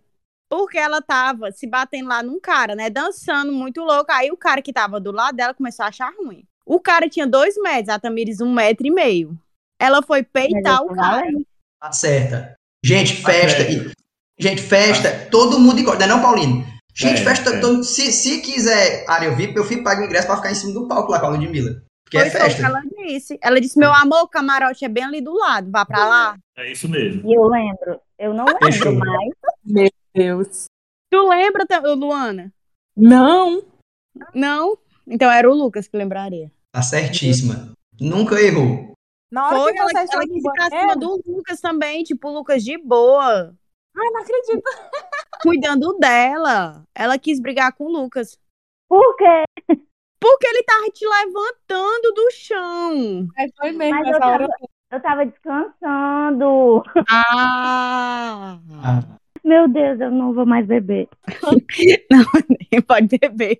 Porque ela tava se batendo lá num cara, né? Dançando muito louco. Aí o cara que tava do lado dela começou a achar ruim. O cara tinha dois metros, a Tamires um metro e meio. Ela foi peitar o cara.
Acerta. Tá Gente, festa.
Acerta.
e- gente, festa, todo mundo igual. Não é não, Paulino? Gente,
É,
festa.
é.
Todo, se, se quiser área VIP, eu fui pago o ingresso pra ficar em cima do palco lá com a Ludmilla. Porque
Foi
é
só o que
festa.
ela disse. Ela disse: meu amor, o camarote é bem ali do lado, vá pra lá.
É isso mesmo.
E eu lembro. Eu não
Fechou.
lembro mais.
Deus.
Tu lembra, Tam- Luana?
Não.
Não? Então era o Lucas que lembraria.
Tá certíssima. Nunca errou.
Na hora
Foi,
que
ela,
vocês
ela
estavam
quis
no
ir pra cima
banheiro-
do Lucas também, tipo, o Lucas de boa,
Ai, não acredito.
cuidando dela. Ela quis brigar com o Lucas.
Por quê?
Porque ele tava te levantando do chão.
É, foi mesmo,
Mas eu
nessa hora.
Eu tava descansando.
Ah!
Meu Deus, eu não vou mais beber.
(laughs) Não, (laughs) pode beber.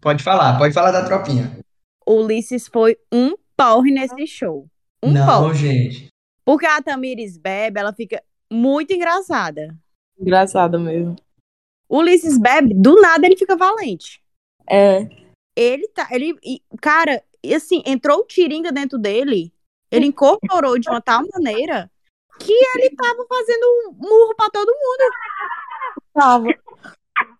Pode falar, pode falar da tropinha.
O Ulisses foi um porre nesse show. Um
não,
porre.
gente.
Porque a Tamires bebe, ela fica muito engraçada.
Engraçado mesmo.
O Ulisses bebe, do nada ele fica valente.
É.
Ele tá. Ele, e, cara, e assim, entrou o Tiringa dentro dele. Ele incorporou de uma tal maneira que ele tava fazendo um murro pra todo mundo,
Tava.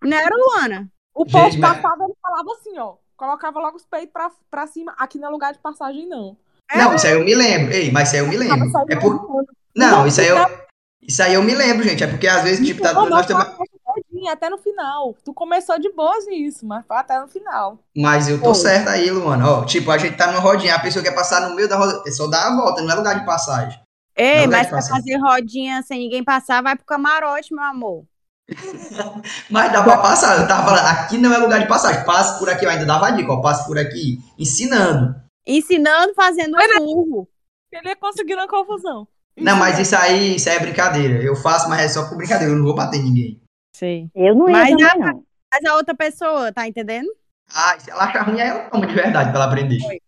né, era, Luana?
O
Gente,
povo
mas-
passava, ele falava assim, ó. Colocava logo os peitos pra, pra cima. Aqui não é lugar de passagem, não.
Não, isso aí eu me lembro. Ei, mas isso aí eu me
Tava
lembro.
saindo
É por...
andando.
Não,
Não,
isso aí eu.
não.
Isso aí eu me lembro, gente. É porque às vezes, tipo, tá,
Rodou
nós temos-
a festa todinha, até no final. Tu começou de boas nisso, mas foi até no final.
Mas eu tô
Oi.
certo aí, Luana. Ó, tipo, a gente tá numa rodinha, a pessoa quer passar no meio da roda, é só dar a volta, não é lugar de passagem.
Ei,
Não,
mas
deve
pra
passar.
fazer rodinha sem ninguém passar, vai pro camarote, meu amor.
Mas dá pra passar. Eu tava falando, aqui não é lugar de passagem. Passa por aqui, eu ainda dava a dica, ó. Passa por aqui, ensinando.
Ensinando, fazendo assim. burro.
um Ele conseguiu na confusão.
Não, mas isso aí, isso aí é brincadeira. Eu faço, mas é só por brincadeira, eu não vou bater em ninguém.
Sei.
Eu não ia
Mas
também,
a-
não.
Mas a outra pessoa, tá entendendo?
Ah, se ela achar ruim, aí ela toma de verdade pra ela aprender.
Oi.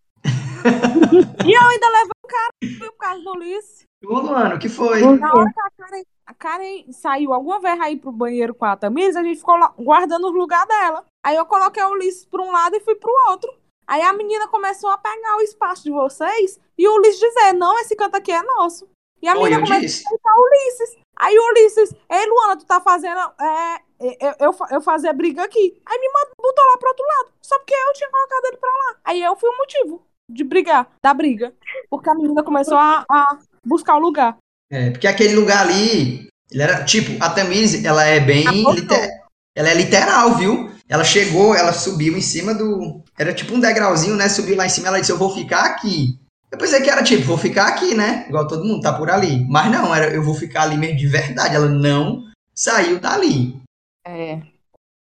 E eu ainda levo o cara viu, por causa do Ulisses.
Ô, Luana, o que foi?
Por
Na
quê?
hora que a Karen, a Karen saiu alguma vez aí pro banheiro com a Tamires, a gente ficou lá guardando os lugares dela. Aí eu coloquei o Ulisses pra um lado e fui pro outro. Aí a menina começou a pegar o espaço de vocês e o Ulisses dizer, não, esse canto aqui é nosso. E a
Oi,
menina
eu
começou
disse.
Ulisses. Aí o Ulisses, ei, Luana, tu tá fazendo. é, eu, eu, fa- eu fazer briga aqui. Aí me mandou, botou lá pro outro lado. Só porque eu tinha colocado ele pra lá. Aí eu fui o motivo de brigar, da briga. Porque a menina começou a, a buscar o lugar.
É, porque aquele lugar ali, ele era, tipo, a Tamires, ela é bem.
Apontou.
lite- Ela é literal, viu? Ela chegou, ela subiu em cima do. Era tipo um degrauzinho, né? Subiu lá em cima, ela disse: Eu vou ficar aqui. Eu pensei que era tipo, vou ficar aqui, né? Igual todo mundo tá por ali. Mas não, era eu vou ficar ali mesmo de verdade. Ela não saiu dali.
É.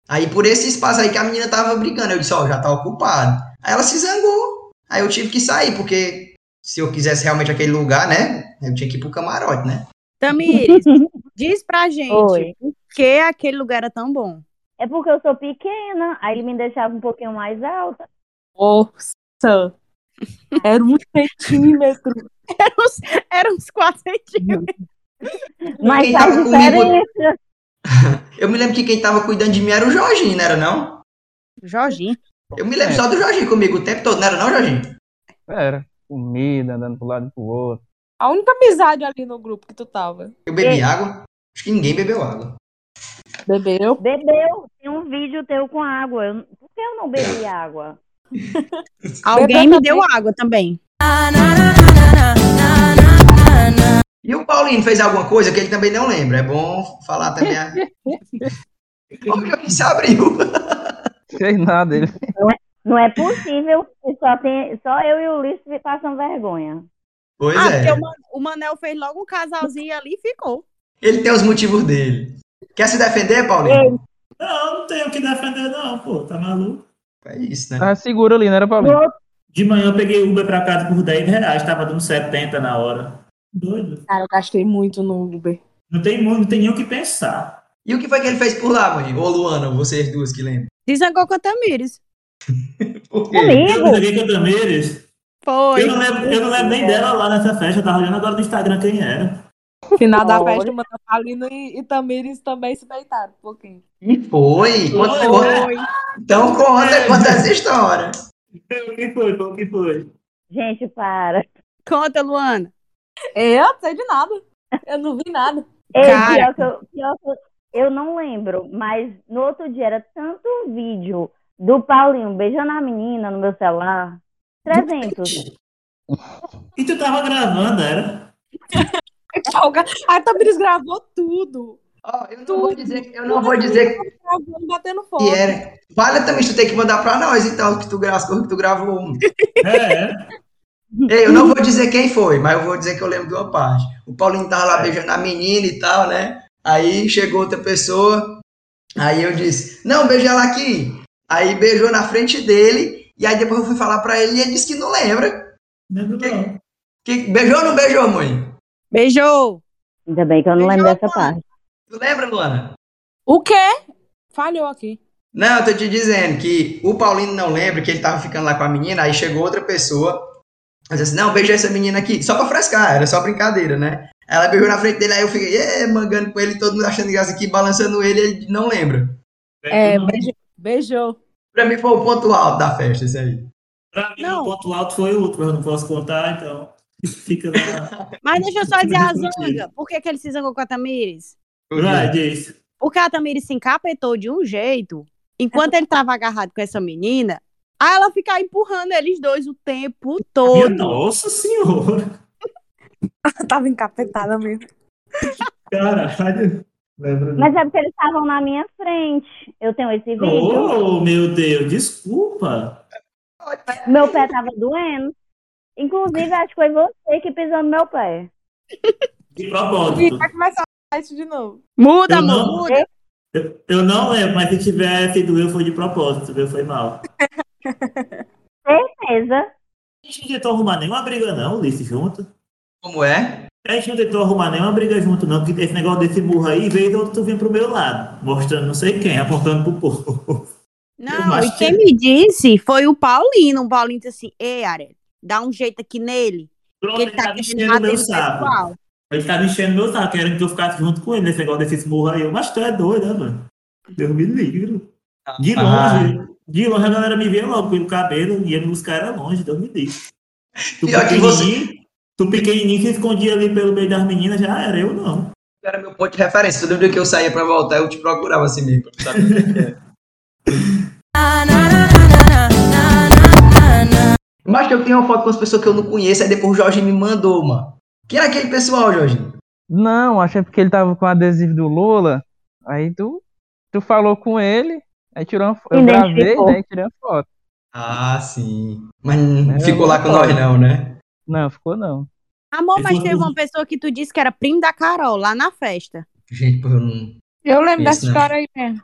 Aí por esse espaço aí que a menina tava brigando, eu disse, ó, já tá ocupado. Aí ela se zangou. Aí eu tive que sair, porque se eu quisesse realmente aquele lugar, né? Eu tinha que ir pro camarote, né?
Tamires, diz pra gente
Oi.
por que aquele lugar era tão bom.
É porque eu sou pequena, aí ele me deixava um pouquinho mais alta.
Nossa! Era um centímetro.
Era uns, era uns quatro centímetros.
Mas
quem
faz
tava comigo-
diferença.
Eu me lembro que quem tava cuidando de mim era o Jorginho, não era não?
Jorginho.
Eu me lembro
É.
só do Jorginho comigo o tempo todo, não era não, Jorginho?
Era comida, andando pro lado e pro outro.
A única amizade ali no grupo que tu tava.
Eu bebi
Ei.
água. Acho que ninguém bebeu água.
Bebeu?
Bebeu. Tem um vídeo teu com água. Eu- Por que eu não bebi água?
Alguém
Bebeu
me deu água também.
E o Paulinho fez alguma coisa que ele também não lembra. É bom falar também. a- Olha, ele se abriu.
Sei nada, ele
Não é possível. E só, tem, só eu e o Ulisses passam vergonha.
Pois
ah,
é.
porque o Man- o Manel fez logo um casalzinho ali e ficou.
Ele tem os motivos dele. Quer se defender, Paulinho?
Não, não tenho o que defender, não, pô, tá maluco.
É isso, né?
Tá seguro ali, não era pra mim.
De manhã eu peguei Uber pra casa por 10 reais, tava dando 70 na hora. Doido.
Cara, eu gastei muito no Uber.
Não tem, mu- não tem nem o que pensar.
E o que foi que ele fez por lá, mãe? Ô, Luana, vocês duas que lembram.
Desangou com a Tamires.
Por quê?
Eu
Comigo?
peguei com a Tamires.
Foi.
Eu não lembro, eu não lembro nem dela lá nessa festa, eu tava olhando agora no Instagram quem era.
Final da
Olha.
festa, o Natalino e, e Tamires também se deitaram um pouquinho.
E foi. Conta- conta-
Foi.
Então conta, conta essa história.
O que foi? O que foi?
Gente, para.
Conta, Luana.
É, Eu não sei de nada. Eu não vi nada.
Ei,
Cara.
É, pior que eu, pior que eu, eu não lembro, mas no outro dia era tanto vídeo do Paulinho beijando a menina no meu celular. 300.
E tu tava gravando, (laughs) era?
A Tamires gravou tudo.
Ó, eu não vou dizer, eu não vou dizer
Gravando, batendo
que
foto.
era. é, Vale também, tu tem que mandar pra nós, então, que tu, gra- as coisas que tu gravou. mano.
É, é.
Ei, eu não vou dizer quem foi, mas eu vou dizer que eu lembro de uma parte. O Paulinho tava lá beijando a menina e tal, né? Aí chegou outra pessoa, aí eu disse, não, beija ela aqui. Aí beijou na frente dele, e aí depois eu fui falar pra ele e ele disse que não lembra.
Lembro não.
Que, beijou ou não beijou, mãe?
Beijou.
Ainda bem que eu não lembro dessa parte.
Tu lembra, Luana?
O quê? Falhou aqui.
Não, eu tô te dizendo que o Paulino não lembra que ele tava ficando lá com a menina, aí chegou outra pessoa, ela disse assim, não, beija essa menina aqui, só pra frescar, era só brincadeira, né? Ela beijou na frente dele, aí eu fiquei, "Ê", mangando com ele, todo mundo achando graça aqui, balançando ele, ele não lembra.
É, beijou. beijou.
Pra mim foi o ponto alto da festa, isso aí.
Pra mim,
Não.
o ponto alto foi outro, mas eu não posso contar, então isso fica lá.
Mas deixa eu só dizer a zanga.
Entendi.
Por que, que ele se zangou com a Tamires?
é.
Vai, diz.
Porque a Tamires se encapetou de um jeito, enquanto ele tava agarrado com essa menina, aí ela ficava empurrando eles dois o tempo
Minha
todo.
Nossa senhora!
Tava encapetada mesmo.
Caralho! (laughs) Lembra não.
Mas é porque eles estavam na minha frente. Eu tenho
é
esse vídeo.
Oh, meu Deus, desculpa!
Meu pé tava doendo. Inclusive, acho que foi você que pisou no meu pé.
De
E
propósito.
vai começar a isso de novo.
Muda,
Eu
amor,
não-
muda.
Eu não lembro, mas se tiver se doeu foi de propósito, viu? Foi mal.
Beleza.
A gente não tentou arrumar nenhuma briga, não, Ulisses, junto.
Como é?
A gente não tentou arrumar nenhuma briga junto, não, porque esse negócio desse burro aí, vez ou outra tu vem pro meu lado, mostrando não sei quem, apontando pro povo. Eu
Não,
acho
e quem
que-
me disse foi o Paulino. O Paulino disse assim: Ei, Arel, dá um jeito aqui nele.
Pronto,
Que ele tá
me
querendo
enchendo
bater
meu
no
saco.
pessoal.
Ele tava enchendo meu saco, querendo que eu ficasse junto com ele nesse negócio desse morro aí. Eu, mas tu é doido, né, mano? Deus me livre.
Ah,
De longe, de longe a galera me via logo pelo cabelo, ia me buscar era longe, Deus me livre. Tu
Pior que você-
pequenininho, tu pequenininho que escondia ali pelo meio das meninas, já era eu não.
Era meu ponto de referência, todo dia que eu saía pra voltar, eu te procurava assim (laughs) mesmo. pra tu saber o que é. é? Mas que eu tenho uma foto com as pessoas que eu não conheço, aí depois o Jorge me mandou, mano. Quem era aquele pessoal, Jorge?
Não, achei porque ele tava com o adesivo do Lula. Aí tu, tu falou com ele, aí tirou uma foto. Eu gravei,
Identificou.
né? E tirei a foto.
Ah, sim. Mas não
Era
ficou lá com
outra
nós, não, né?
Não, ficou não.
Amor, mas
Ele
teve
mandou-
uma pessoa que tu disse que era primo da Carol lá na festa.
Gente, pô, eu não.
Eu
Isso,
lembro dessa
né?
história aí mesmo.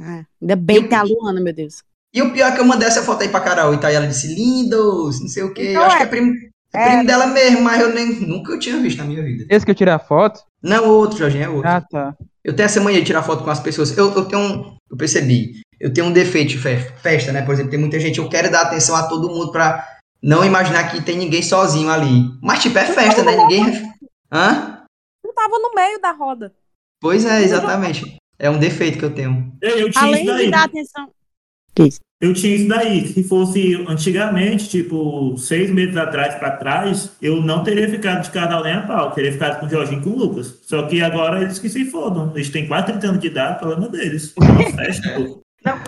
Ah, ainda bem que tá a Luana, meu Deus.
E o pior é que eu mandei essa foto aí pra Carol e tal, e ela disse, lindos, não sei o quê.
Então
eu acho
é.
que é primo, é
É.
primo dela mesmo, mas eu nem, nunca tinha visto na minha vida.
Esse que eu tirei a foto?
Não, outro, Jorginho, é outro.
Ah, tá.
Eu tenho essa mania de tirar foto com as pessoas. Eu, eu tenho um. Eu percebi. Eu tenho um defeito de fe- festa, né? Por exemplo, tem muita gente. Eu quero dar atenção a todo mundo pra não imaginar que tem ninguém sozinho ali. Mas, tipo, é festa, né? Ninguém. Hã?
Tu tava no meio da roda.
Pois é, exatamente. É um defeito que eu tenho.
Eu, eu tinha
Além
isso
de
daí.
dar atenção.
Eu tinha isso daí. Se fosse antigamente, tipo, seis meses atrás pra trás, eu não teria ficado de canal nem a pau. Teria ficado com o Jorginho e com o Lucas. Só que agora eles que se fodam. Eles têm quase 30 anos de idade, problema deles. É uma festa, pô.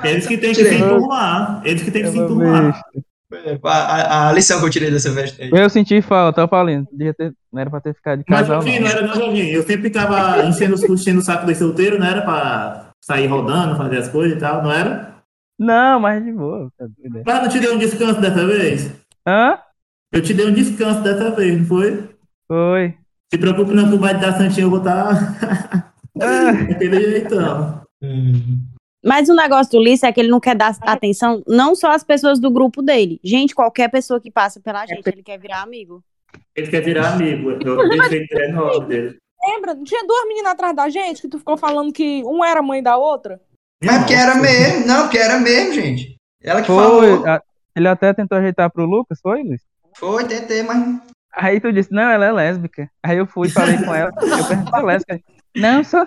Eles que têm que se
Tirei.
enturmar. Eles que têm que se
Eu
enturmar.
vejo.
A, a- a lição que eu tirei dessa festa aí.
Eu senti falta, ó, Paulinho. Devia ter- não era pra ter ficado de
Mas né?
casal,
eu não
não.
era não, Jorginho. Eu sempre ficava enchendo, enchendo o saco dos solteiros, não era pra sair rodando, fazer as coisas e tal, não era?
Não, mas de boa, tá doido.
Mas não te deu um descanso dessa vez?
Hã?
Eu te dei um descanso dessa vez, não foi?
Foi.
Se preocupe não que o baile da Santinha eu vou tá estar daquele jeitão.
Mas o negócio do Ulisses é que ele não quer dar atenção não só às pessoas do grupo dele. Gente, qualquer pessoa que passa
É
pela gente, ele quer virar amigo.
Ele quer virar amigo. Eu defeito enorme dele.
Lembra? Não tinha duas meninas atrás da gente que tu ficou falando que um era mãe da outra?
Mas porque era mesmo, não, porque era mesmo, gente. Ela que falou.
Foi. a- Ele até tentou ajeitar pro Lucas, foi, Luiz?
Foi, tentei, mas.
Aí tu disse, não, ela é lésbica. Aí eu fui, falei com ela, eu perguntei, "Tu é lésbica? Não, sou.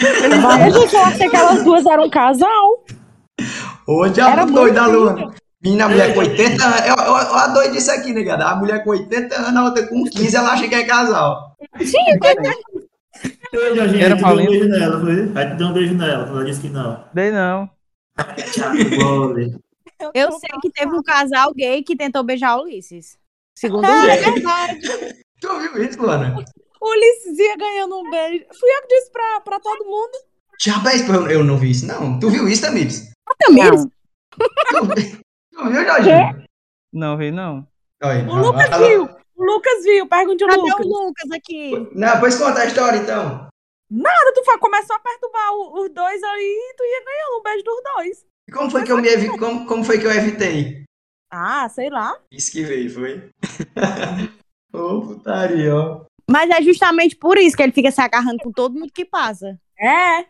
Eu gente, eu achei que elas duas eram um casal.
Hoje
Era
a doida um da
muito
Luana. Menina, a mulher com 80 anos. Eu, eu, eu adoro disso aqui, negada. A mulher com 80 anos, a outra com 15, ela acha que é casal.
Eu, Jorginho,
Era
aí tu deu um
Paulinho.
beijo nela, foi? Aí tu deu um beijo nela, ela disse que não.
Dei não.
Thiago Goller.
Eu sei que teve um casal gay que tentou beijar o Ulisses. Segundo
É,
ele.
é verdade.
Tu ouviu isso, Luana?
O Ulisses ia ganhando um beijo. Fui eu que disse pra, pra todo mundo.
Diabo, é isso? eu, eu não vi isso, não. Tu viu isso, Tamires?
Não.
Tu, tu viu, Jorginho?
Não, vi não.
Olha,
O Lucas
ela-
viu. O Lucas viu. Pergunte o
Cadê
Lucas.
o Lucas aqui?
Não, pois conta a história, então.
Quando tu fa- começou a perturbar o- os dois aí, tu ia ganhando um beijo dos dois.
E Como foi que eu me evi... como, como foi que eu evitei?
Ah, sei lá.
Isso que veio, foi? (laughs) Ô, putaria, ó.
Mas é justamente por isso que ele fica se agarrando com todo mundo que passa.
É.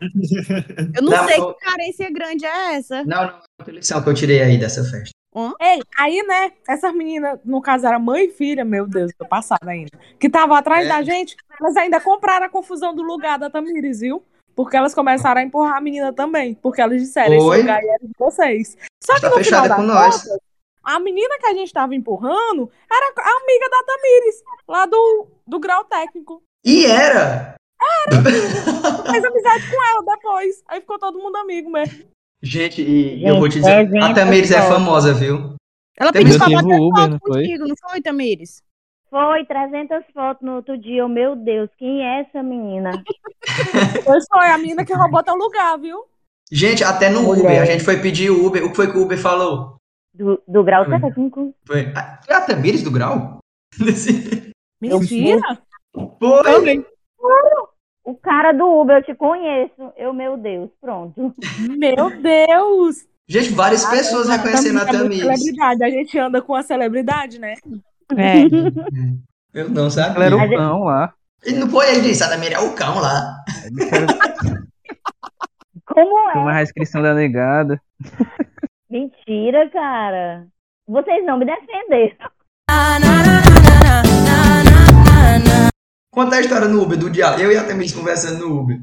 Eu não,
Não,
sei
eu-
que carência grande é essa.
Não, não, é a lição que eu tirei aí dessa festa.
Ei, aí, né, essas meninas, no caso, era mãe e filha, meu Deus, tô passada ainda. Que estavam atrás
É.
da gente, elas ainda compraram a confusão do lugar da Tamires, viu? Porque elas começaram a empurrar a menina também. Porque elas disseram,
Oi.
esse lugar aí era de vocês. Só que
Tá
no final
fechada
da
com nós.
a menina que a gente tava empurrando era a amiga da Tamires, lá do, do grau técnico.
E era!
Fez amizade com ela depois. Aí ficou todo mundo amigo mesmo.
Gente, e e eu vou te dizer,
Gente,
a Tamires é
exemplo,
famosa, viu?
Ela
Também
pediu pra
teve
bater
o Uber,
foto
não foi?
contigo, não foi, Tamires?
Foi 300 fotos no outro dia. Eu, Meu Deus, quem é essa menina?
Pois foi a menina que roubou teu lugar, viu?
Gente, até no Uber, a gente foi pedir o Uber. O que foi que o Uber falou?
Do, do grau
Hum.
técnico.
Foi, ah, é a Tamires do Grau? (laughs)
Mentira.
Foi!
O cara do Uber, eu te conheço. Eu, meu Deus, pronto. (laughs)
Meu Deus.
Gente, várias pessoas reconhecendo a
Tamires é muito
Tamires.
celebridade. A gente anda com a celebridade, né?
É.
Eu não
Ela era
sabia.
o cão lá.
E não foi ele disse, a Tamires é o cão lá.
Como é?
Tem uma inscrição da negada.
Mentira, cara. Vocês não me defenderam.
Conta a história no Uber, do diálogo. Eu e a Tamires conversando no Uber.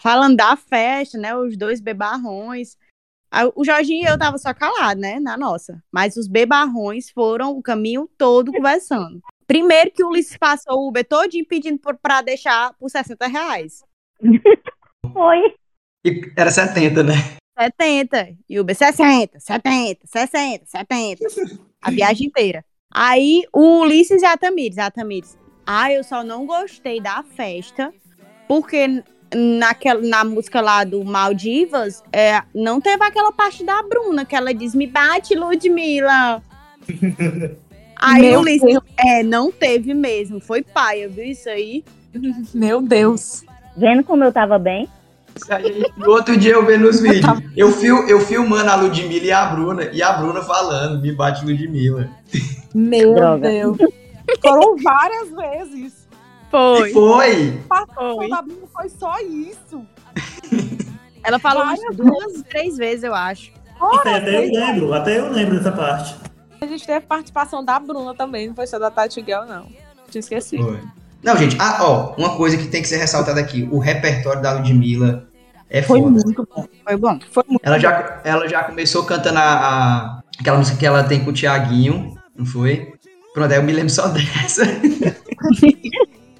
Falando da festa, né? Os dois bebarrões. Aí O Jorginho e eu tava só calado, né? Na nossa. Mas os bebarrões foram o caminho todo conversando. Primeiro que o Ulisses passou o Uber todinho pedindo por- pra deixar por 60 reais.
Foi.
E era 70, né?
70. E o Uber 60, 70, 60, 70. A viagem inteira. Aí o Ulisses e a Tamires. A Tamires. Ah, eu só não gostei da festa, porque naquela, na música lá do Maldivas, é, não teve aquela parte da Bruna, que ela diz, me bate, Ludmilla. Aí
Meu
o Ulisses, é, não teve mesmo. Foi paia, viu isso aí?
Meu Deus.
Vendo como eu tava bem?
Aí, no outro dia (laughs) eu vendo os vídeos. Eu, fil, eu filmando a Ludmilla e a Bruna. E a Bruna falando, me bate Ludmilla.
Meu
Droga.
Deus. (laughs) Foram várias vezes.
E foi!
Passou da Bruna foi só isso.
Ela falou umas
Várias
duas, três vezes, eu acho.
Isso aí até eu lembro, até eu lembro dessa parte.
A gente teve participação da Bruna também, não foi só da Tati Guel, não. Te esqueci.
Foi. Não, gente, ah, ó, uma coisa que tem que ser ressaltada aqui. O repertório da Ludmilla é
Foi
foda.
muito bom.
Foi bom.
Ela já, ela já começou cantando a, a- aquela música que ela tem com o Tiaguinho, não foi? Pronto, aí eu me lembro só (laughs) dessa.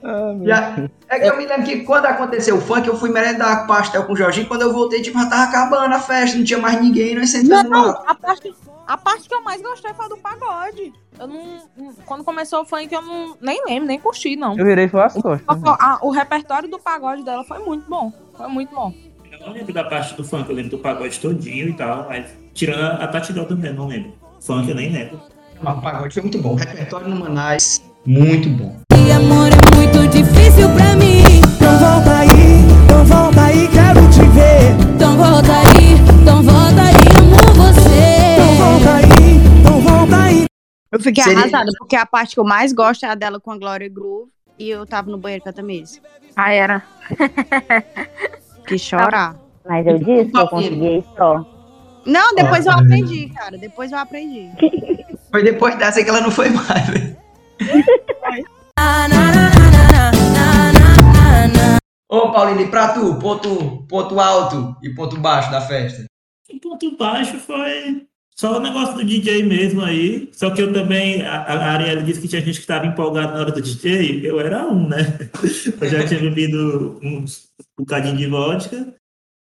Ah,
Já- é que eu me lembro que quando aconteceu o funk, eu fui merendar pastel com o Jorginho. Quando eu voltei, tipo, já tava acabando a festa, não tinha mais ninguém, nós sentamos lá.
A parte, a parte que eu mais gostei foi a do pagode. Eu não, não- quando começou o funk, eu não, nem lembro, nem curti, não.
Eu virei "Ah, suas costas.
Só que a- o repertório do pagode dela foi muito bom. Foi muito bom.
Eu não lembro da parte do funk, eu lembro do pagode todinho e tal, mas Tirando a, a Tatidão também, não lembro. Funk eu nem lembro.
Mas o pagode foi muito bom. O repertório no Manaus, muito bom.
E amor é muito difícil pra mim.
Então volta aí, então volta aí, quero te ver.
Então volta aí, então volta aí, amo
Então
você.
volta aí, então volta aí.
Eu fiquei
Seria-
arrasada, porque a parte que eu mais gosto é a dela com a Glória Groove. E eu tava no banheiro com a Tamires.
Ah, era.
(laughs) Que chorar.
Mas eu disse que eu
Papinho.
consegui isso, ó.
Não, depois eu
é.
Ah,
aprendi, cara. Depois eu aprendi.
Foi depois dessa que ela não foi mais, né? (laughs)
Na, na, na, na, na, na, na, na.
Ô, Paulinho, e pra tu, ponto, ponto alto e ponto baixo da festa?
O Um ponto baixo foi só o negócio do DJ mesmo aí. Só que eu também, a, a Ariela disse que tinha gente que tava empolgada na hora do DJ. Eu era um, né? Eu já tinha bebido uns bocadinho de vodka.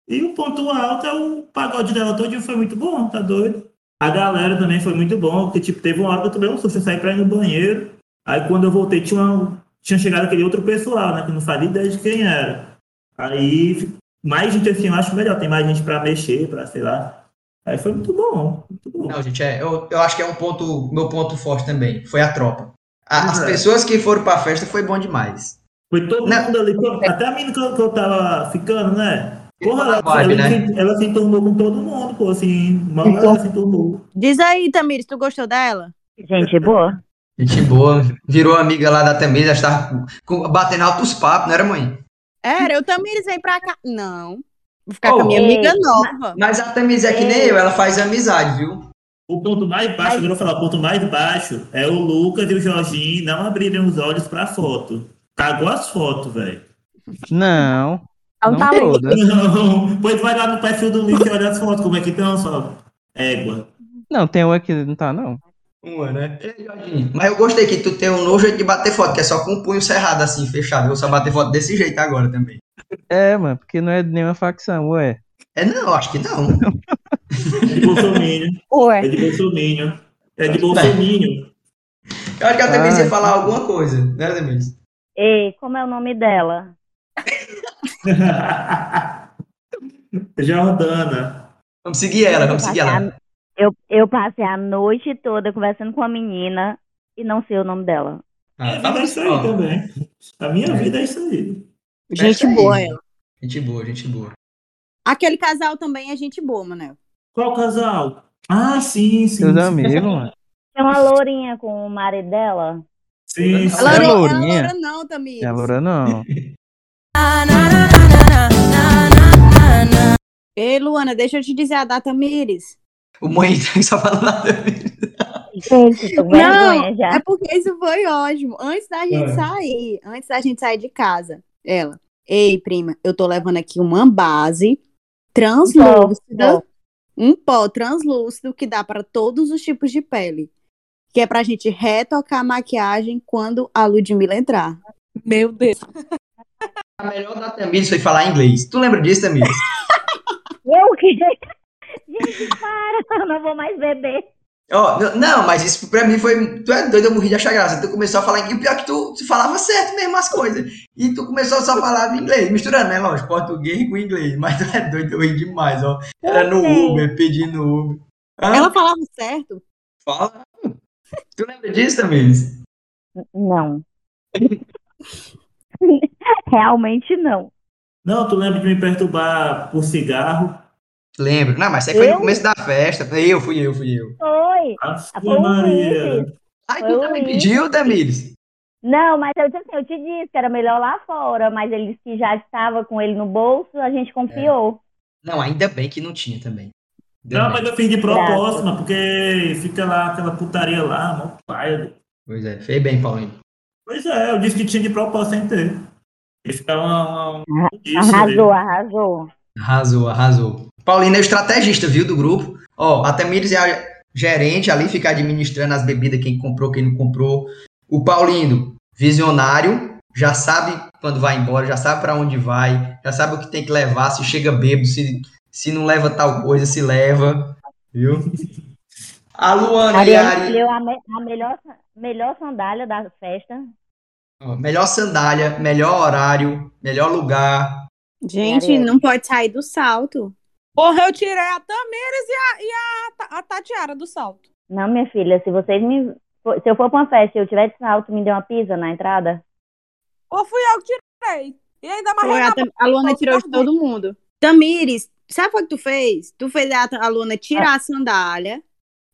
E o ponto alto é o pagode dela todinho foi muito bom, tá doido? A galera também foi muito bom, porque tipo, teve uma hora que eu tomei um susto, eu saí pra ir no banheiro. Aí quando eu voltei, tinha, uma- tinha chegado aquele outro pessoal, né? Que eu não fazia ideia de quem era. Aí mais gente assim, eu acho melhor, tem mais gente pra mexer, pra sei lá. Aí foi muito bom, muito bom.
Não, gente, é, eu, eu acho que é um ponto, meu ponto forte também, foi a tropa. A- as
Exato.
pessoas que foram pra festa foi bom demais.
Foi todo
Não.
mundo ali, todo- até a menina que eu, que eu tava ficando, né? Porra,
Ficou na
ela,
vibe,
ela
né? Então-
se, ela se enturmou com todo mundo, pô, assim, mal ela se enturmou.
Diz aí, Tamires, tu gostou dela?
Gente boa.
Gente boa, virou amiga lá da Tamires, já estava com- batendo altos papos, não era, mãe?
Era, eu Tamires, vem pra cá. Não. Vou ficar
Oh,
com a minha amiga
ei,
nova.
Mas a Tamires é que nem eu, ela faz amizade, viu?
O ponto mais baixo, agora eu vou falar, o ponto mais baixo é o Lucas e o Jorginho não abrirem os olhos pra foto. Cagou as fotos, velho.
Não
Não.
É um
não
tá lendo.
todas.
Não, pois vai lá no perfil do link e olha as fotos, como é que estão, só égua.
Não, tem uma que não tá, não.
Uma, né? Ei, Jorginho, Mas eu gostei que tu tem um novo jeito de bater foto, que é só com o punho cerrado, assim, fechado. Eu vou só bater foto desse jeito agora também.
É, mano, porque não é nenhuma facção, ué.
É, não, acho que não.
É de Bolsonaro.
Ué.
É de Bolsonaro. É
Tá
de Bolsonaro.
Eu acho que a Tamires
Ah,
ia falar alguma coisa, né, Tamires?
Ei, como é o nome dela?
(laughs) Jordana.
Vamos seguir ela, vamos seguir ela.
Eu, eu passei a noite toda conversando com a menina e não sei o nome dela.
Ah, tá
Minha vida é
bom,
isso aí
ó.
também. A minha vida é isso aí.
Gente
Fecha aí.
boa ela.
Gente boa, gente boa.
Aquele casal também é gente boa, Manel.
Qual casal? Ah, sim, sim.
Seus
sim.
amigos, mano.
Tem uma lourinha com o marido dela.
Sim, sim.
Ela
não
é
ela
lourinha?
loura não, Tamires.
É loura, não.
Na, na, na, na, na, na, na, na.
Ei, Luana, deixa eu te dizer a data, Tamires.
O (laughs) mãe só fala nada.
Gente, tô com vergonha já.
é porque isso foi ótimo. Antes da gente
Ah.
sair, antes da gente sair de casa, ela. Ei, prima, eu tô levando aqui uma base translúcida, um pó translúcido que dá para todos os tipos de pele. Que é pra gente retocar a maquiagem quando a Ludmilla entrar.
Meu Deus.
A melhor da Tamires foi falar inglês. Tu lembra disso, Tamires?
Eu que. (laughs) Gente, para, (laughs) eu não vou mais beber.
Ó, n- não, mas isso pra mim foi. Tu é doido, eu morri de achar graça. Tu começou a falar inglês. Pior que tu, tu falava certo mesmo as coisas. E tu começou só a falar inglês, misturando, né? Lógico, português com inglês. (laughs) Mas tu é doido, eu ri demais, ó. Era no Uber, pedindo Uber. Hã?
Ela falava certo?
fala. Tu lembra disso, Tamires?
Não. (laughs) Realmente não.
Não, tu lembra de me perturbar por cigarro?
Lembro. Não, mas isso aí foi
Eu?
no começo da festa. Eu, fui eu, fui eu.
Foi.
Ave
Foi um o
tá? Maria.
Ulisses.
Aí
Foi
tu
o
também
Luiz.
pediu, Tamires.
Não, mas eu, disse assim, eu te disse que era melhor lá fora, mas ele disse que já estava com ele no bolso, a gente confiou.
Não, ainda bem que não tinha também. Ainda
Não,
bem.
mas eu fiz de propósito,
Graças.
mano, porque fica lá aquela putaria lá, mó paia.
Pois é, fez bem, Paulinho.
Pois é, eu disse que tinha de propósito sem ter. E fica uma. uma- um disso,
Arrasou,
né?
arrasou.
Arrasou, arrasou. Paulinho é o estrategista, viu, do grupo. Ó, a Tamires é a gerente ali, fica administrando as bebidas, quem comprou, quem não comprou. O Paulinho, visionário, já sabe quando vai embora, já sabe pra onde vai, já sabe o que tem que levar, se chega bêbado, se, se não leva tal coisa, se leva, viu? A Luana e a
Ariane
Ari...
escolheu a, me- a melhor, melhor sandália da festa.
Ó, Melhor sandália, melhor horário, melhor lugar,
Gente,
Ariane.
não pode sair do salto.
Porra, eu tirei a Tamires e a, e a, a Tatiara do salto.
Não, minha filha, se vocês me. Se eu for pra uma festa e eu tiver de salto, me dê uma pisa na entrada?
Ou fui eu que tirei. E ainda mais
Foi, a,
Renata,
Tam- a Luana tirou de todo mundo. Tamires, sabe o que tu fez? Tu fez a, a Luana tirar a sandália,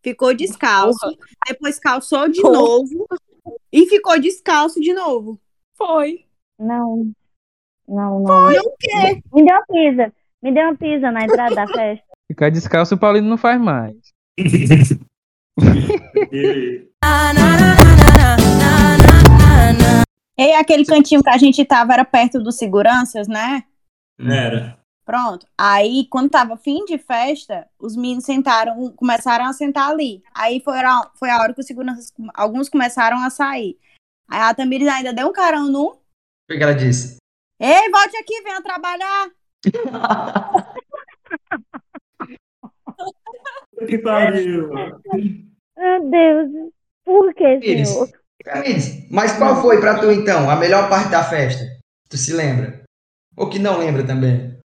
ficou descalço, depois calçou de
Porra.
novo e ficou descalço de novo.
foi.
Não. Não, não.
E o quê?
Me dê uma pisa. Me dê uma pisa na
(laughs)
entrada da festa.
Ficar descalço, o Paulino não faz mais.
(laughs) E-
Ei, É aquele cantinho que a gente tava era perto dos seguranças, né?
Era.
Pronto. Aí, quando tava fim de festa, os meninos sentaram, um, começaram a sentar ali. Aí foi a, foi a hora que os seguranças, alguns começaram a sair. Aí a Tamires ainda deu um carão num.
O que que ela disse?
Ei, volte aqui, venha trabalhar.
Puta Que pariu.
Meu Deus. Por que,
Pires.
senhor?
Tamires, mas qual foi pra tu então a melhor parte da festa? Tu se lembra? Ou que não lembra também?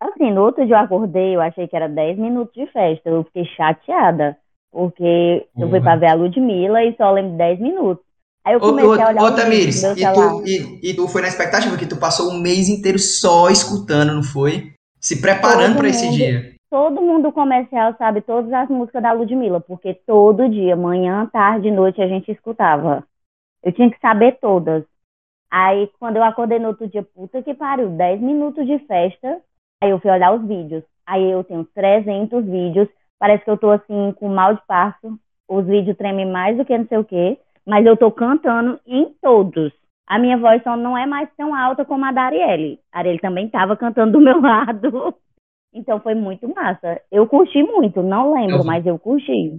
Assim, no outro dia eu acordei, eu achei que era 10 minutos de festa. Eu fiquei chateada. Porque eu fui
Porra.
pra ver a Ludmilla e só lembro de 10 minutos. Aí eu
Hum. Ô,
comecei a olhar
ô,
o
ô
vídeo do
Tamires,
meu
e
celular.
tu, e, e tu foi na expectativa que tu passou um mês inteiro só escutando, não foi? Se preparando
Todo
pra esse
mundo.
dia.
Todo mundo comercial sabe todas as músicas da Ludmilla, porque todo dia, manhã, tarde, noite, a gente escutava. Eu tinha que saber todas. Aí, quando eu acordei no outro dia, puta que pariu, 10 minutos de festa. Aí eu fui olhar os vídeos. Aí eu tenho 300 vídeos. Parece que eu tô assim, com mal de parto. Os vídeos tremem mais do que não sei o quê. Mas eu tô cantando em todos. A minha voz só não é mais tão alta como a da Arielle. A Arielle também tava cantando do meu (laughs) lado. Então foi muito massa. Eu curti muito, não lembro,
Eu-
mas eu curti.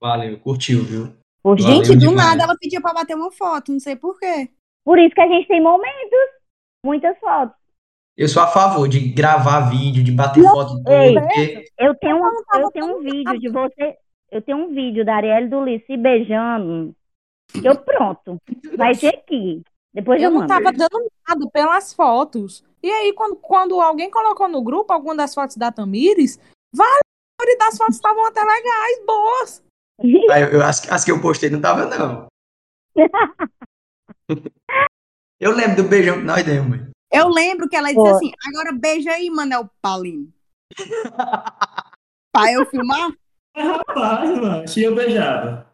Valeu, curtiu, viu?
Curti.
Valeu
Gente, do
demais.
nada ela pediu pra bater uma foto, não sei por quê.
Por isso que a gente tem momentos, muitas fotos.
Eu sou a favor de gravar vídeo, de bater foto de
ei,
tudo, porque
Eu tenho, um,
tava
eu tenho um
tão
vídeo de você. Eu tenho um vídeo da Arielle e do Liz se beijando. Que eu pronto. Vai ter aqui. Depois eu,
Eu não
mando.
tava dando nada pelas fotos. E aí, quando, quando alguém colocou no grupo alguma das fotos da Tamires, valeu, a maioria das fotos estavam até legais, boas.
ah, eu- eu- as, as que eu postei não tava, não. eu lembro do beijão que nós demos, mãe.
Eu lembro que ela disse
Foi.
assim: agora beija aí, Manel Paulino. pra eu filmar?
Rapaz, mano. Tinha beijado.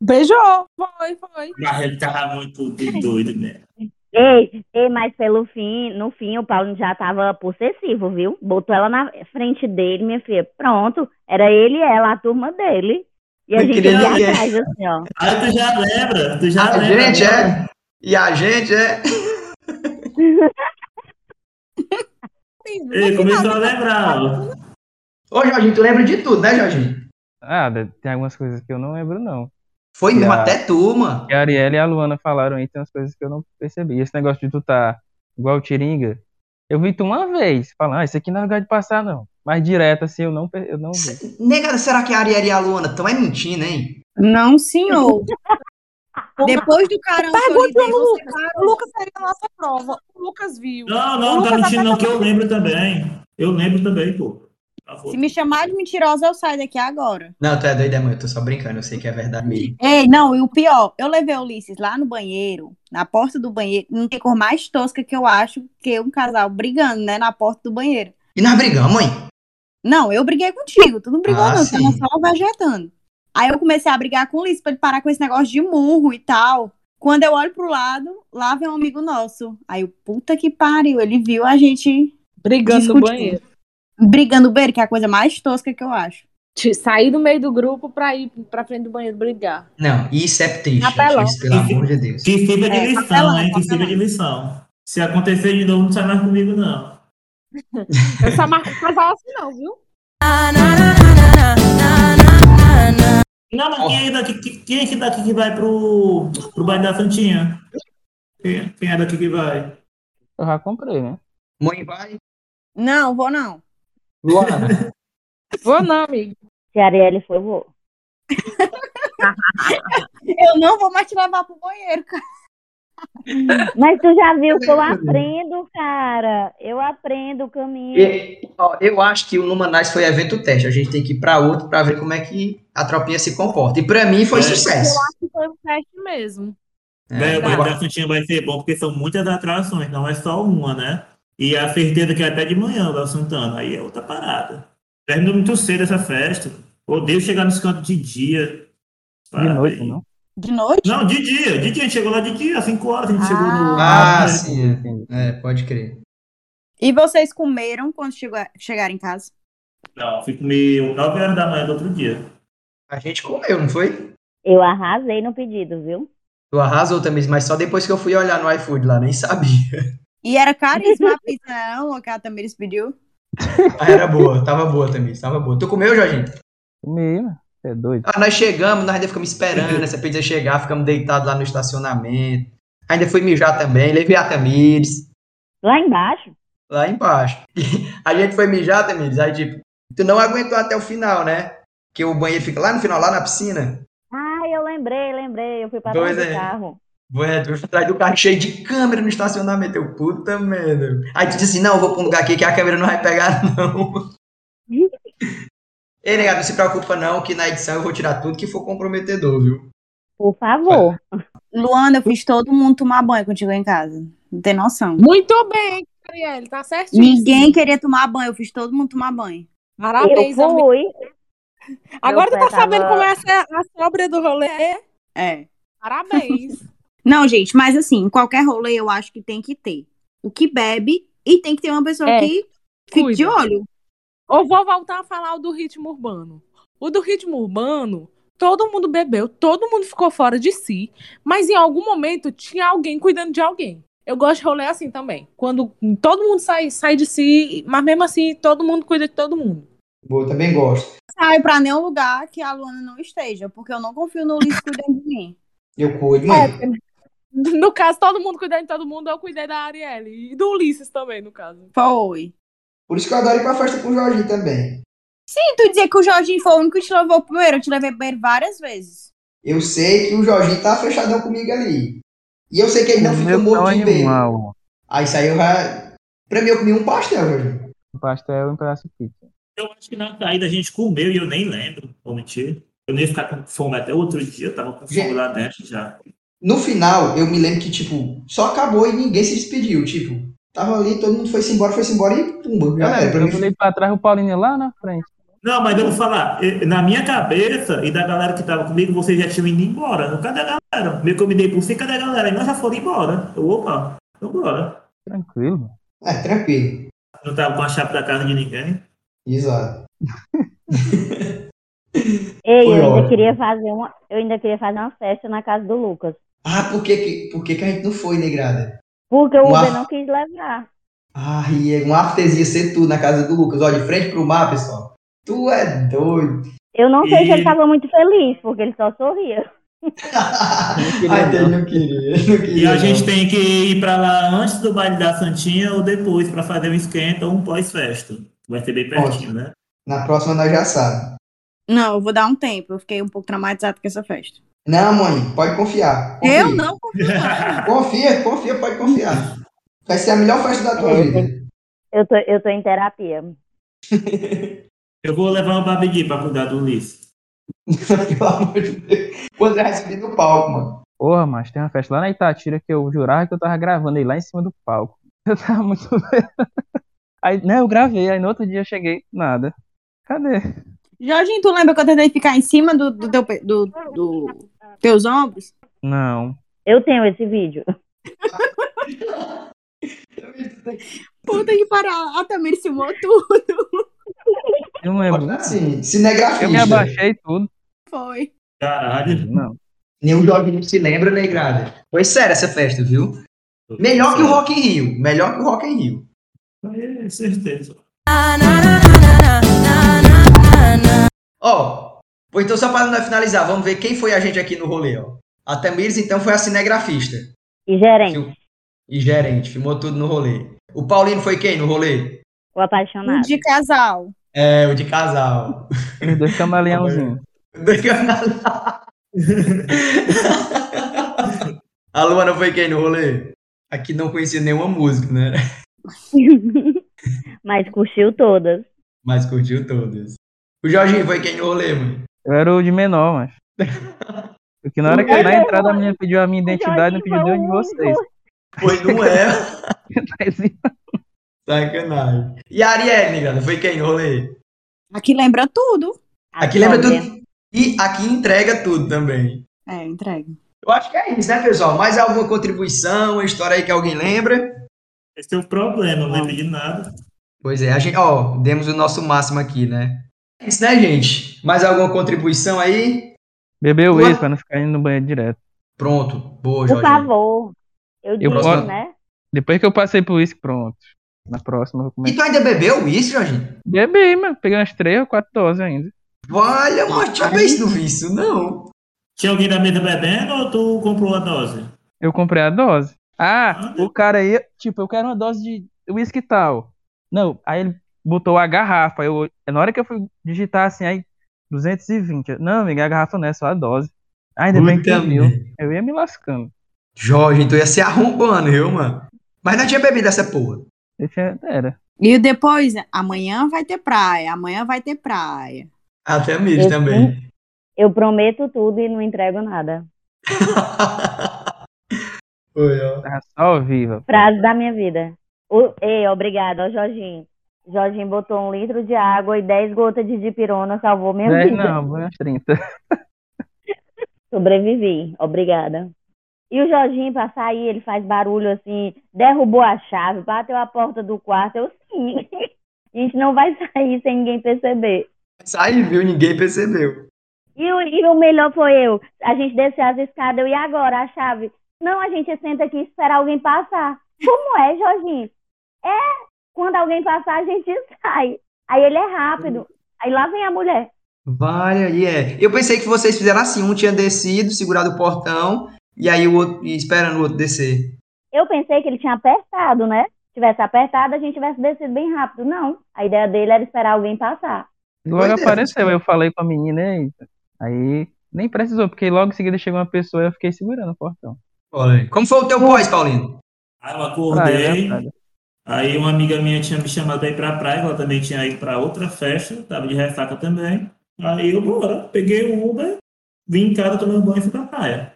Beijou. Foi, foi.
Mas ele tava muito doido, né?
(laughs) Ei, ei, mas pelo fim, no fim, o Paulo já tava possessivo, viu? Botou ela na frente dele, minha filha. Pronto. Era ele e ela, a turma dele. E a
Não
gente
queria
ia
ninguém.
atrás, assim, ó.
Aí tu já lembra. Tu já
A
lembra.
Ah, gente
né?
é. E a gente é.
No
Ei,
final,
começou a lembrar. ó.
Ô, Jorginho, tu lembra de tudo, né, Jorginho?
Ah, de- tem algumas coisas que eu não lembro, não.
Foi mesmo,
Ah.
até tu, mano.
E a Ariela e a Luana falaram aí, tem umas coisas que eu não percebi. Esse negócio de tu tá igual o Tiringa, eu vi tu uma vez, falando, ah, isso aqui não é lugar de passar, não. Mas direto, assim, eu não, per- eu não vi.
Negada, será que a Ariel e a Luana estão é mentindo, hein?
Não, senhor. (laughs) Depois do carão
Pergunta
solidário,
pro
você
Lucas. O
parou.
Lucas seria a nossa prova. O Lucas viu.
Não, não,
o
não tá
Lucas
mentindo,
até
não, que eu lembro também. Eu lembro também, pô. Tá Por favor.
Se me chamar de mentirosa, eu saio daqui agora.
Não, tu é doida, mãe. Eu tô só brincando, eu sei que é verdade mesmo.
Ei, não, e o pior, eu levei o Ulisses lá no banheiro, na porta do banheiro. Não tem cor mais tosca que eu acho que um casal brigando, né, na porta do banheiro.
E nós brigamos, mãe.
Não, eu briguei contigo, tu não brigou,
Ah,
não,
sim.
tu tava só vegetando. Aí eu comecei a brigar com o Ulisses pra ele parar com esse negócio de murro e tal. Quando eu olho pro lado, lá vem um amigo nosso. Aí eu, puta que pariu, ele viu a gente
Brigando no
discutindo.
banheiro.
brigando no banheiro, que é a coisa mais tosca que eu acho.
Te- Sair do meio do grupo pra ir pra frente do banheiro brigar.
Não, isso é triste,
Apelão.
gente. Isso, pelo amor de Deus.
Que sirva de
É,
lição,
papelão,
hein? Que sirva
papelão.
de lição. Se acontecer de novo, não sai mais comigo, não.
Eu só marco o casal assim, não, viu?
Não, mas quem é, daqui, que- quem é que daqui que vai pro, pro bairro da Santinha? Quem, quem é daqui que vai?
Eu já comprei, né?
Mãe, vai.
Não, vou não.
Luana,
Vou não, amigo.
Se a Arielle for, eu vou.
Eu não vou mais te levar pro banheiro, cara.
Mas tu já viu
(laughs)
que eu aprendo, cara. Eu aprendo o caminho.
e- ó, eu acho que o Numanais foi evento teste. A gente tem que ir pra outro pra ver como é que a tropinha se comporta. E pra mim foi
É.
sucesso. É.
Foi um teste mesmo.
Velho,
eu
mas
gosto.
da Santinha vai ser bom, porque são muitas atrações, não é só uma, né? E a certeza que é até de manhã o Léo Santana, aí é outra parada. Terminou muito cedo essa festa. Odeio chegar nos cantos de dia.
De noite,
Parabéns.
não?
De noite?
Não, de dia, de dia. A gente chegou lá de dia, às 5 horas, a gente
Ah.
chegou no.
Ah,
né?
sim. É, É, pode crer.
E vocês comeram quando chegou- chegaram em casa?
Não, fui comer 9 horas da manhã do outro dia.
A gente comeu, não foi?
Eu arrasei no pedido, viu?
Tu arrasou também, mas só depois que eu fui olhar no iFood lá, nem sabia. (laughs)
E era caríssima a pizza, não? O que a Tamiris pediu?
Mas era boa, tava boa também, tava boa. Tu comeu, Jorginho?
Comi, mano. Você é doido.
Ah, nós chegamos, nós ainda ficamos esperando essa pizza chegar, ficamos deitados lá no estacionamento. Ainda fui mijar também, levei a Tamires
Lá embaixo.
lá embaixo. (laughs) a gente foi mijar, Tamires, aí tipo, tu não aguentou até o final, né? Que o banheiro fica lá no final, lá na piscina.
Ah, eu lembrei, lembrei. Eu fui pra
Pois
trás do
é.
carro.
Ué, tu foi atrás do carro cheio de câmera no estacionamento, eu, puta merda. Aí tu disse assim, não, eu vou pra um lugar aqui que a câmera não vai pegar, (laughs) não. Ei, negado, não se preocupa não, que na edição eu vou tirar tudo que for comprometedor, viu?
Por favor.
Luana, eu fiz todo mundo tomar banho quando chegou em casa. Não tem noção.
Muito bem, Arielle. Tá certinho.
Ninguém queria tomar banho, eu fiz todo mundo tomar banho.
Eu
Parabéns, amigo.
fui.
Agora tu
Meu
tá
pai
sabendo
tava-
como é essa- a sobra do rolê?
É.
Parabéns. (laughs)
Não, gente, mas assim, em qualquer rolê eu acho que tem que ter o que bebe e tem que ter uma pessoa
É,
que fique de
cuida.
olho.
Ou vou voltar a falar o do ritmo urbano. O do ritmo urbano, todo mundo bebeu, todo mundo ficou fora de si, mas em algum momento tinha alguém cuidando de alguém. Eu gosto de rolê assim também. Quando todo mundo sai, sai de si, mas mesmo assim todo mundo cuida de todo mundo. (laughs)
Boa, também gosto.
Sai pra nenhum lugar que a Luana não esteja, porque eu não confio no Ulisses cuidando de mim.
Eu cuido, mano.
No caso, todo mundo cuidando de todo mundo, eu cuidei da Arielle. E do Ulisses também, no caso.
Foi.
Por isso que eu adoro ir pra festa com o Jorginho também.
E tu dizer que o Jorginho foi o único que te levou primeiro, eu te levei primeiro várias vezes.
Eu sei que o Jorginho tá fechadão comigo ali. E eu sei que ele não fica
Meu é tá um
morto de bem.
animal.
Aí saiu já. Pra mim, eu comi um pastel, Jorginho.
Um pastel e um pedaço de pizza.
Eu acho que na saída a gente comeu e eu nem lembro, vou mentir. Eu nem ia ficar com fome até outro dia, eu tava com fome
Gente.
lá dentro já.
No final, eu me lembro que, tipo, só acabou e ninguém se despediu. Tipo, tava ali, todo mundo foi-se embora, foi-se embora e pumba.
Eu
Já era.
lembro,
É, Pra
É, eu
mim,
olhei pra trás o Paulinho lá na frente.
Não, mas eu vou falar, eh, na minha cabeça e da galera que tava comigo, vocês já tinham ido embora. Cadê a galera? Meio que eu me dei por si, cadê a galera? E nós já foram embora. Eu, opa, vambora.
Tranquilo, mano.
é, tranquilo.
Não tava com a chave da casa de ninguém.
Exato.
Ei,
Foi
eu ainda
ótimo.
queria fazer uma, eu ainda queria fazer uma festa na casa do Lucas,
Ah, por que, que, por que, que a gente não foi, negrada?
porque o
Uau.
Uber não quis levar.
Ah, e é um afterzinho ser tudo na casa do Lucas. Ó, de frente pro mar, pessoal. Tu é doido.
Eu não sei
E-
se ele tava muito feliz, porque ele só sorria.
queria,
Ai, Deus, não queria. Não queria
E a
não.
gente tem que ir pra lá antes do baile da Santinha ou depois pra fazer um esquenta ou um pós-festa. Vai ser bem pertinho, né?
Na próxima nós já sabemos.
Não, eu vou dar um tempo, eu fiquei um pouco traumatizada com essa festa.
Não, mãe, pode confiar. Confia.
Eu não confio. não.
Confia, confia, pode confiar. Vai ser a melhor festa da tua
É,
vida. (laughs)
Eu tô, eu tô em terapia.
Eu vou levar o Babidi pra cuidar do Ulisses.
Pelo amor de Deus. O André vai subir no palco, mano.
Porra, mas tem uma festa lá na Itatira que eu jurava que eu tava gravando aí lá em cima do palco. (laughs) Eu tava muito. aí, né, eu gravei, aí no outro dia eu cheguei, nada. Cadê?
Jorginho, tu lembra que eu tentei ficar em cima do, do teu, pe- do, do teus ombros?
Não.
Eu tenho esse vídeo.
Puta que parar, a Tamir se tudo.
Eu não lembro.
Assim,
Eu me
cinegrafista.
abaixei e tudo.
(laughs) Foi.
Caralho.
Não.
Nem o jovem se lembra, negrada. Foi sério essa festa, viu? Melhor que o Rock in Rio. Melhor que o Rock in Rio.
É, certeza.
Ó, pois então só para nós finalizar, vamos ver quem foi a gente aqui no rolê, ó. A Tamires, então, foi a cinegrafista.
E gerente,
E gerente, filmou tudo no rolê. O Paulino foi quem no rolê?
O apaixonado.
Um de casal.
É, o de casal. (laughs)
Os dois camaleãozinhos.
Do canal. (laughs) A Luana foi quem no rolê? Aqui não conhecia nenhuma música, né?
Mas curtiu todas.
Mas curtiu todas. O Jorginho foi quem no rolê, mano?
Eu era o de menor,
(laughs)
mas. Porque na hora que na entrada a menina pediu a minha identidade, não
Jorginho
pediu
foi
a
o
de vocês.
único.
Foi, não é?
(laughs)
(laughs)
Mas,
Sacanagem. E a Arielle, cara, foi quem no rolê?
Aqui lembra tudo.
Aqui lembra tudo. E aqui entrega tudo também.
É, entrega.
Eu acho que é isso, né, pessoal? Mais alguma contribuição, uma história aí que alguém lembra?
Esse é o problema, eu não lembro de nada.
Pois é, a gente, ó, demos o nosso máximo aqui, né? É isso, né, gente? Mais alguma contribuição aí?
Bebeu
Ué.
isso pra não ficar indo no banheiro direto.
Pronto. Boa,
Por
Jorginho.
favor. Eu disse,
posso-
né?
Depois que eu passei por isso, pronto. Na próxima eu vou comer.
E tu ainda bebeu isso, Jorginho?
Bebi, mano. Peguei umas três ou quatro doses ainda.
Olha, mas tinha visto isso, não.
Tinha alguém da mesa bebendo ou tu comprou a dose?
Eu comprei a dose. Ah, o cara aí, tipo, eu quero uma dose de uísque e tal. Não, aí ele botou a garrafa. Eu, na hora que eu fui digitar assim, aí 220. Não, amiga, a garrafa não é só a dose. Ah, Ainda bem que
Puta
tu viu.
merda.
Eu ia me lascando.
Jorge, tu ia se arrombando, viu, mano? Mas não tinha bebido essa porra.
Eu tinha, era.
E depois, amanhã vai ter praia, amanhã vai ter praia.
Até mesmo
Eu
também.
Eu prometo tudo e não entrego nada.
(laughs) Foi, ó.
Tava só viva.
Frase da minha vida. O... Ei, obrigada, ó, Jorginho. Jorginho botou um litro de água e 10 gotas de dipirona, salvou minha
Dez
é vida.
não, umas 30.
Sobrevivi, obrigada. E o Jorginho, pra sair, ele faz barulho assim, derrubou a chave, bateu a porta do quarto. Eu sim. (laughs) A gente não vai sair sem ninguém perceber.
Sai, viu? Ninguém percebeu.
E o, e o melhor foi eu. A gente desceu as escadas, eu e agora a chave. Não, a gente senta aqui e espera alguém passar. Como é, Jorginho? É, quando alguém passar, a gente (laughs) sai. Aí ele é rápido. Aí lá vem a mulher.
Vale, aí é. Eu pensei que vocês fizeram assim: um tinha descido, segurado o portão, e aí o outro, e esperando o outro descer.
Eu pensei que ele tinha apertado, né? Se tivesse apertado, a gente tivesse descido bem rápido. Não. A ideia dele era esperar alguém passar.
Logo
Meu Deus.
apareceu, eu falei com a menina e aí nem precisou, porque logo em seguida chegou uma pessoa e eu fiquei segurando o portão.
Olha aí. Como foi o teu pós, Paulino?
Aí eu
Praia,
acordei,
né, praia.
aí uma amiga minha tinha me chamado pra ir pra praia, ela também tinha ido pra outra festa, tava de ressaca também. Aí eu, bora, peguei o Uber, vim em casa, tomei um banho e fui pra praia.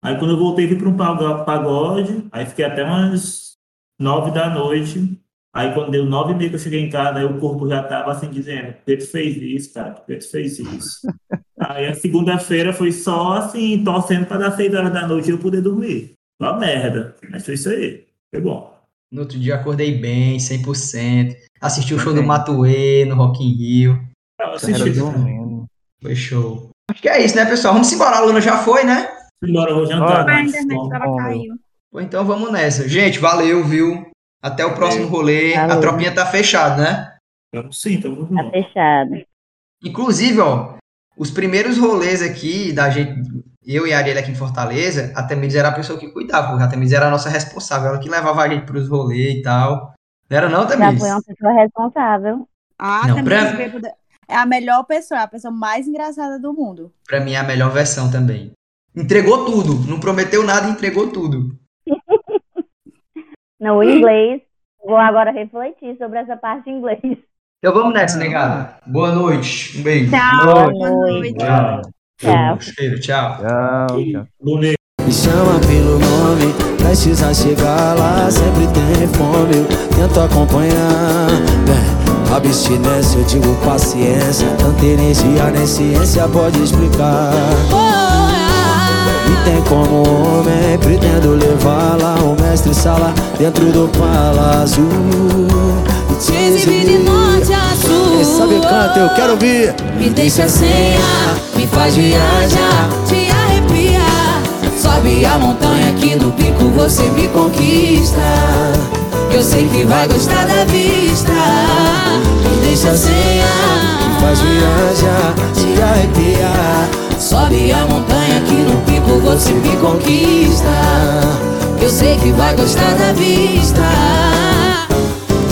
Aí quando eu voltei, fui pra um pago- pagode, aí fiquei até umas nove da noite. Aí quando deu nove e meia que eu cheguei em casa, aí o corpo já tava assim dizendo, por que tu fez isso, cara? Por que tu fez isso? Aí a segunda-feira foi só assim, torcendo pra dar seis horas da noite e eu poder dormir. Uma merda. Mas foi isso aí. Foi bom.
No outro dia acordei bem, 100%. Assisti o show do
Também.
Matuê no Rock in Rio.
Eu
Era
assisti.
dormindo.
Foi show. Acho que é isso, né, pessoal? Vamos embora, a Luna já foi, né?
Embora eu vou
Olha,
jantar. né?
a
mas,
internet
bom.
tava
bom,
caindo.
Pô, então vamos nessa. Gente, valeu, viu? Até o próximo rolê. A
Valeu.
tropinha tá fechada, né?
Eu sim, tamo
Tá
junto.
fechado.
Inclusive, ó, os primeiros rolês aqui da gente, eu e a Ariela aqui em Fortaleza, a Tamiris era a pessoa que cuidava, porque a Tamiris era a nossa responsável, ela que levava a gente pros rolês e tal. Não era não,
Já
Tamiris?
foi uma pessoa responsável.
Ah,
Não,
também
pra-
esse bêbado é a melhor pessoa, é a pessoa mais engraçada do mundo.
Pra mim é a melhor versão também. Entregou tudo, não prometeu nada, entregou tudo.
No inglês. Vou agora refletir sobre essa parte em inglês.
Então vamos nessa, negada. Boa noite, um beijo.
Tchau,
boa noite.
Tchau.
Tchau.
Cheiro, tchau.
Tchau, tchau.
Boneco.
Me chama pelo nome, prestes a chegar lá, sempre tem fome, eu tento acompanhar. Bem, abstinência, eu digo paciência, tanta energia nem ciência pode explicar. E tem como homem, pretendo levá-la, o mestre sala, dentro do palácio. E te
Te exibi de norte a sul.
Quem sabe canta, eu quero ouvir.
Me deixa sem ar, me faz viajar, te arrepia. Sobe a montanha que no pico você me conquista. Eu sei que vai gostar da vista. Me deixa sem
Me
ar,
faz viajar, te arrepiar.
sobe a montanha que no pico você me conquista. Eu sei que vai gostar da vista.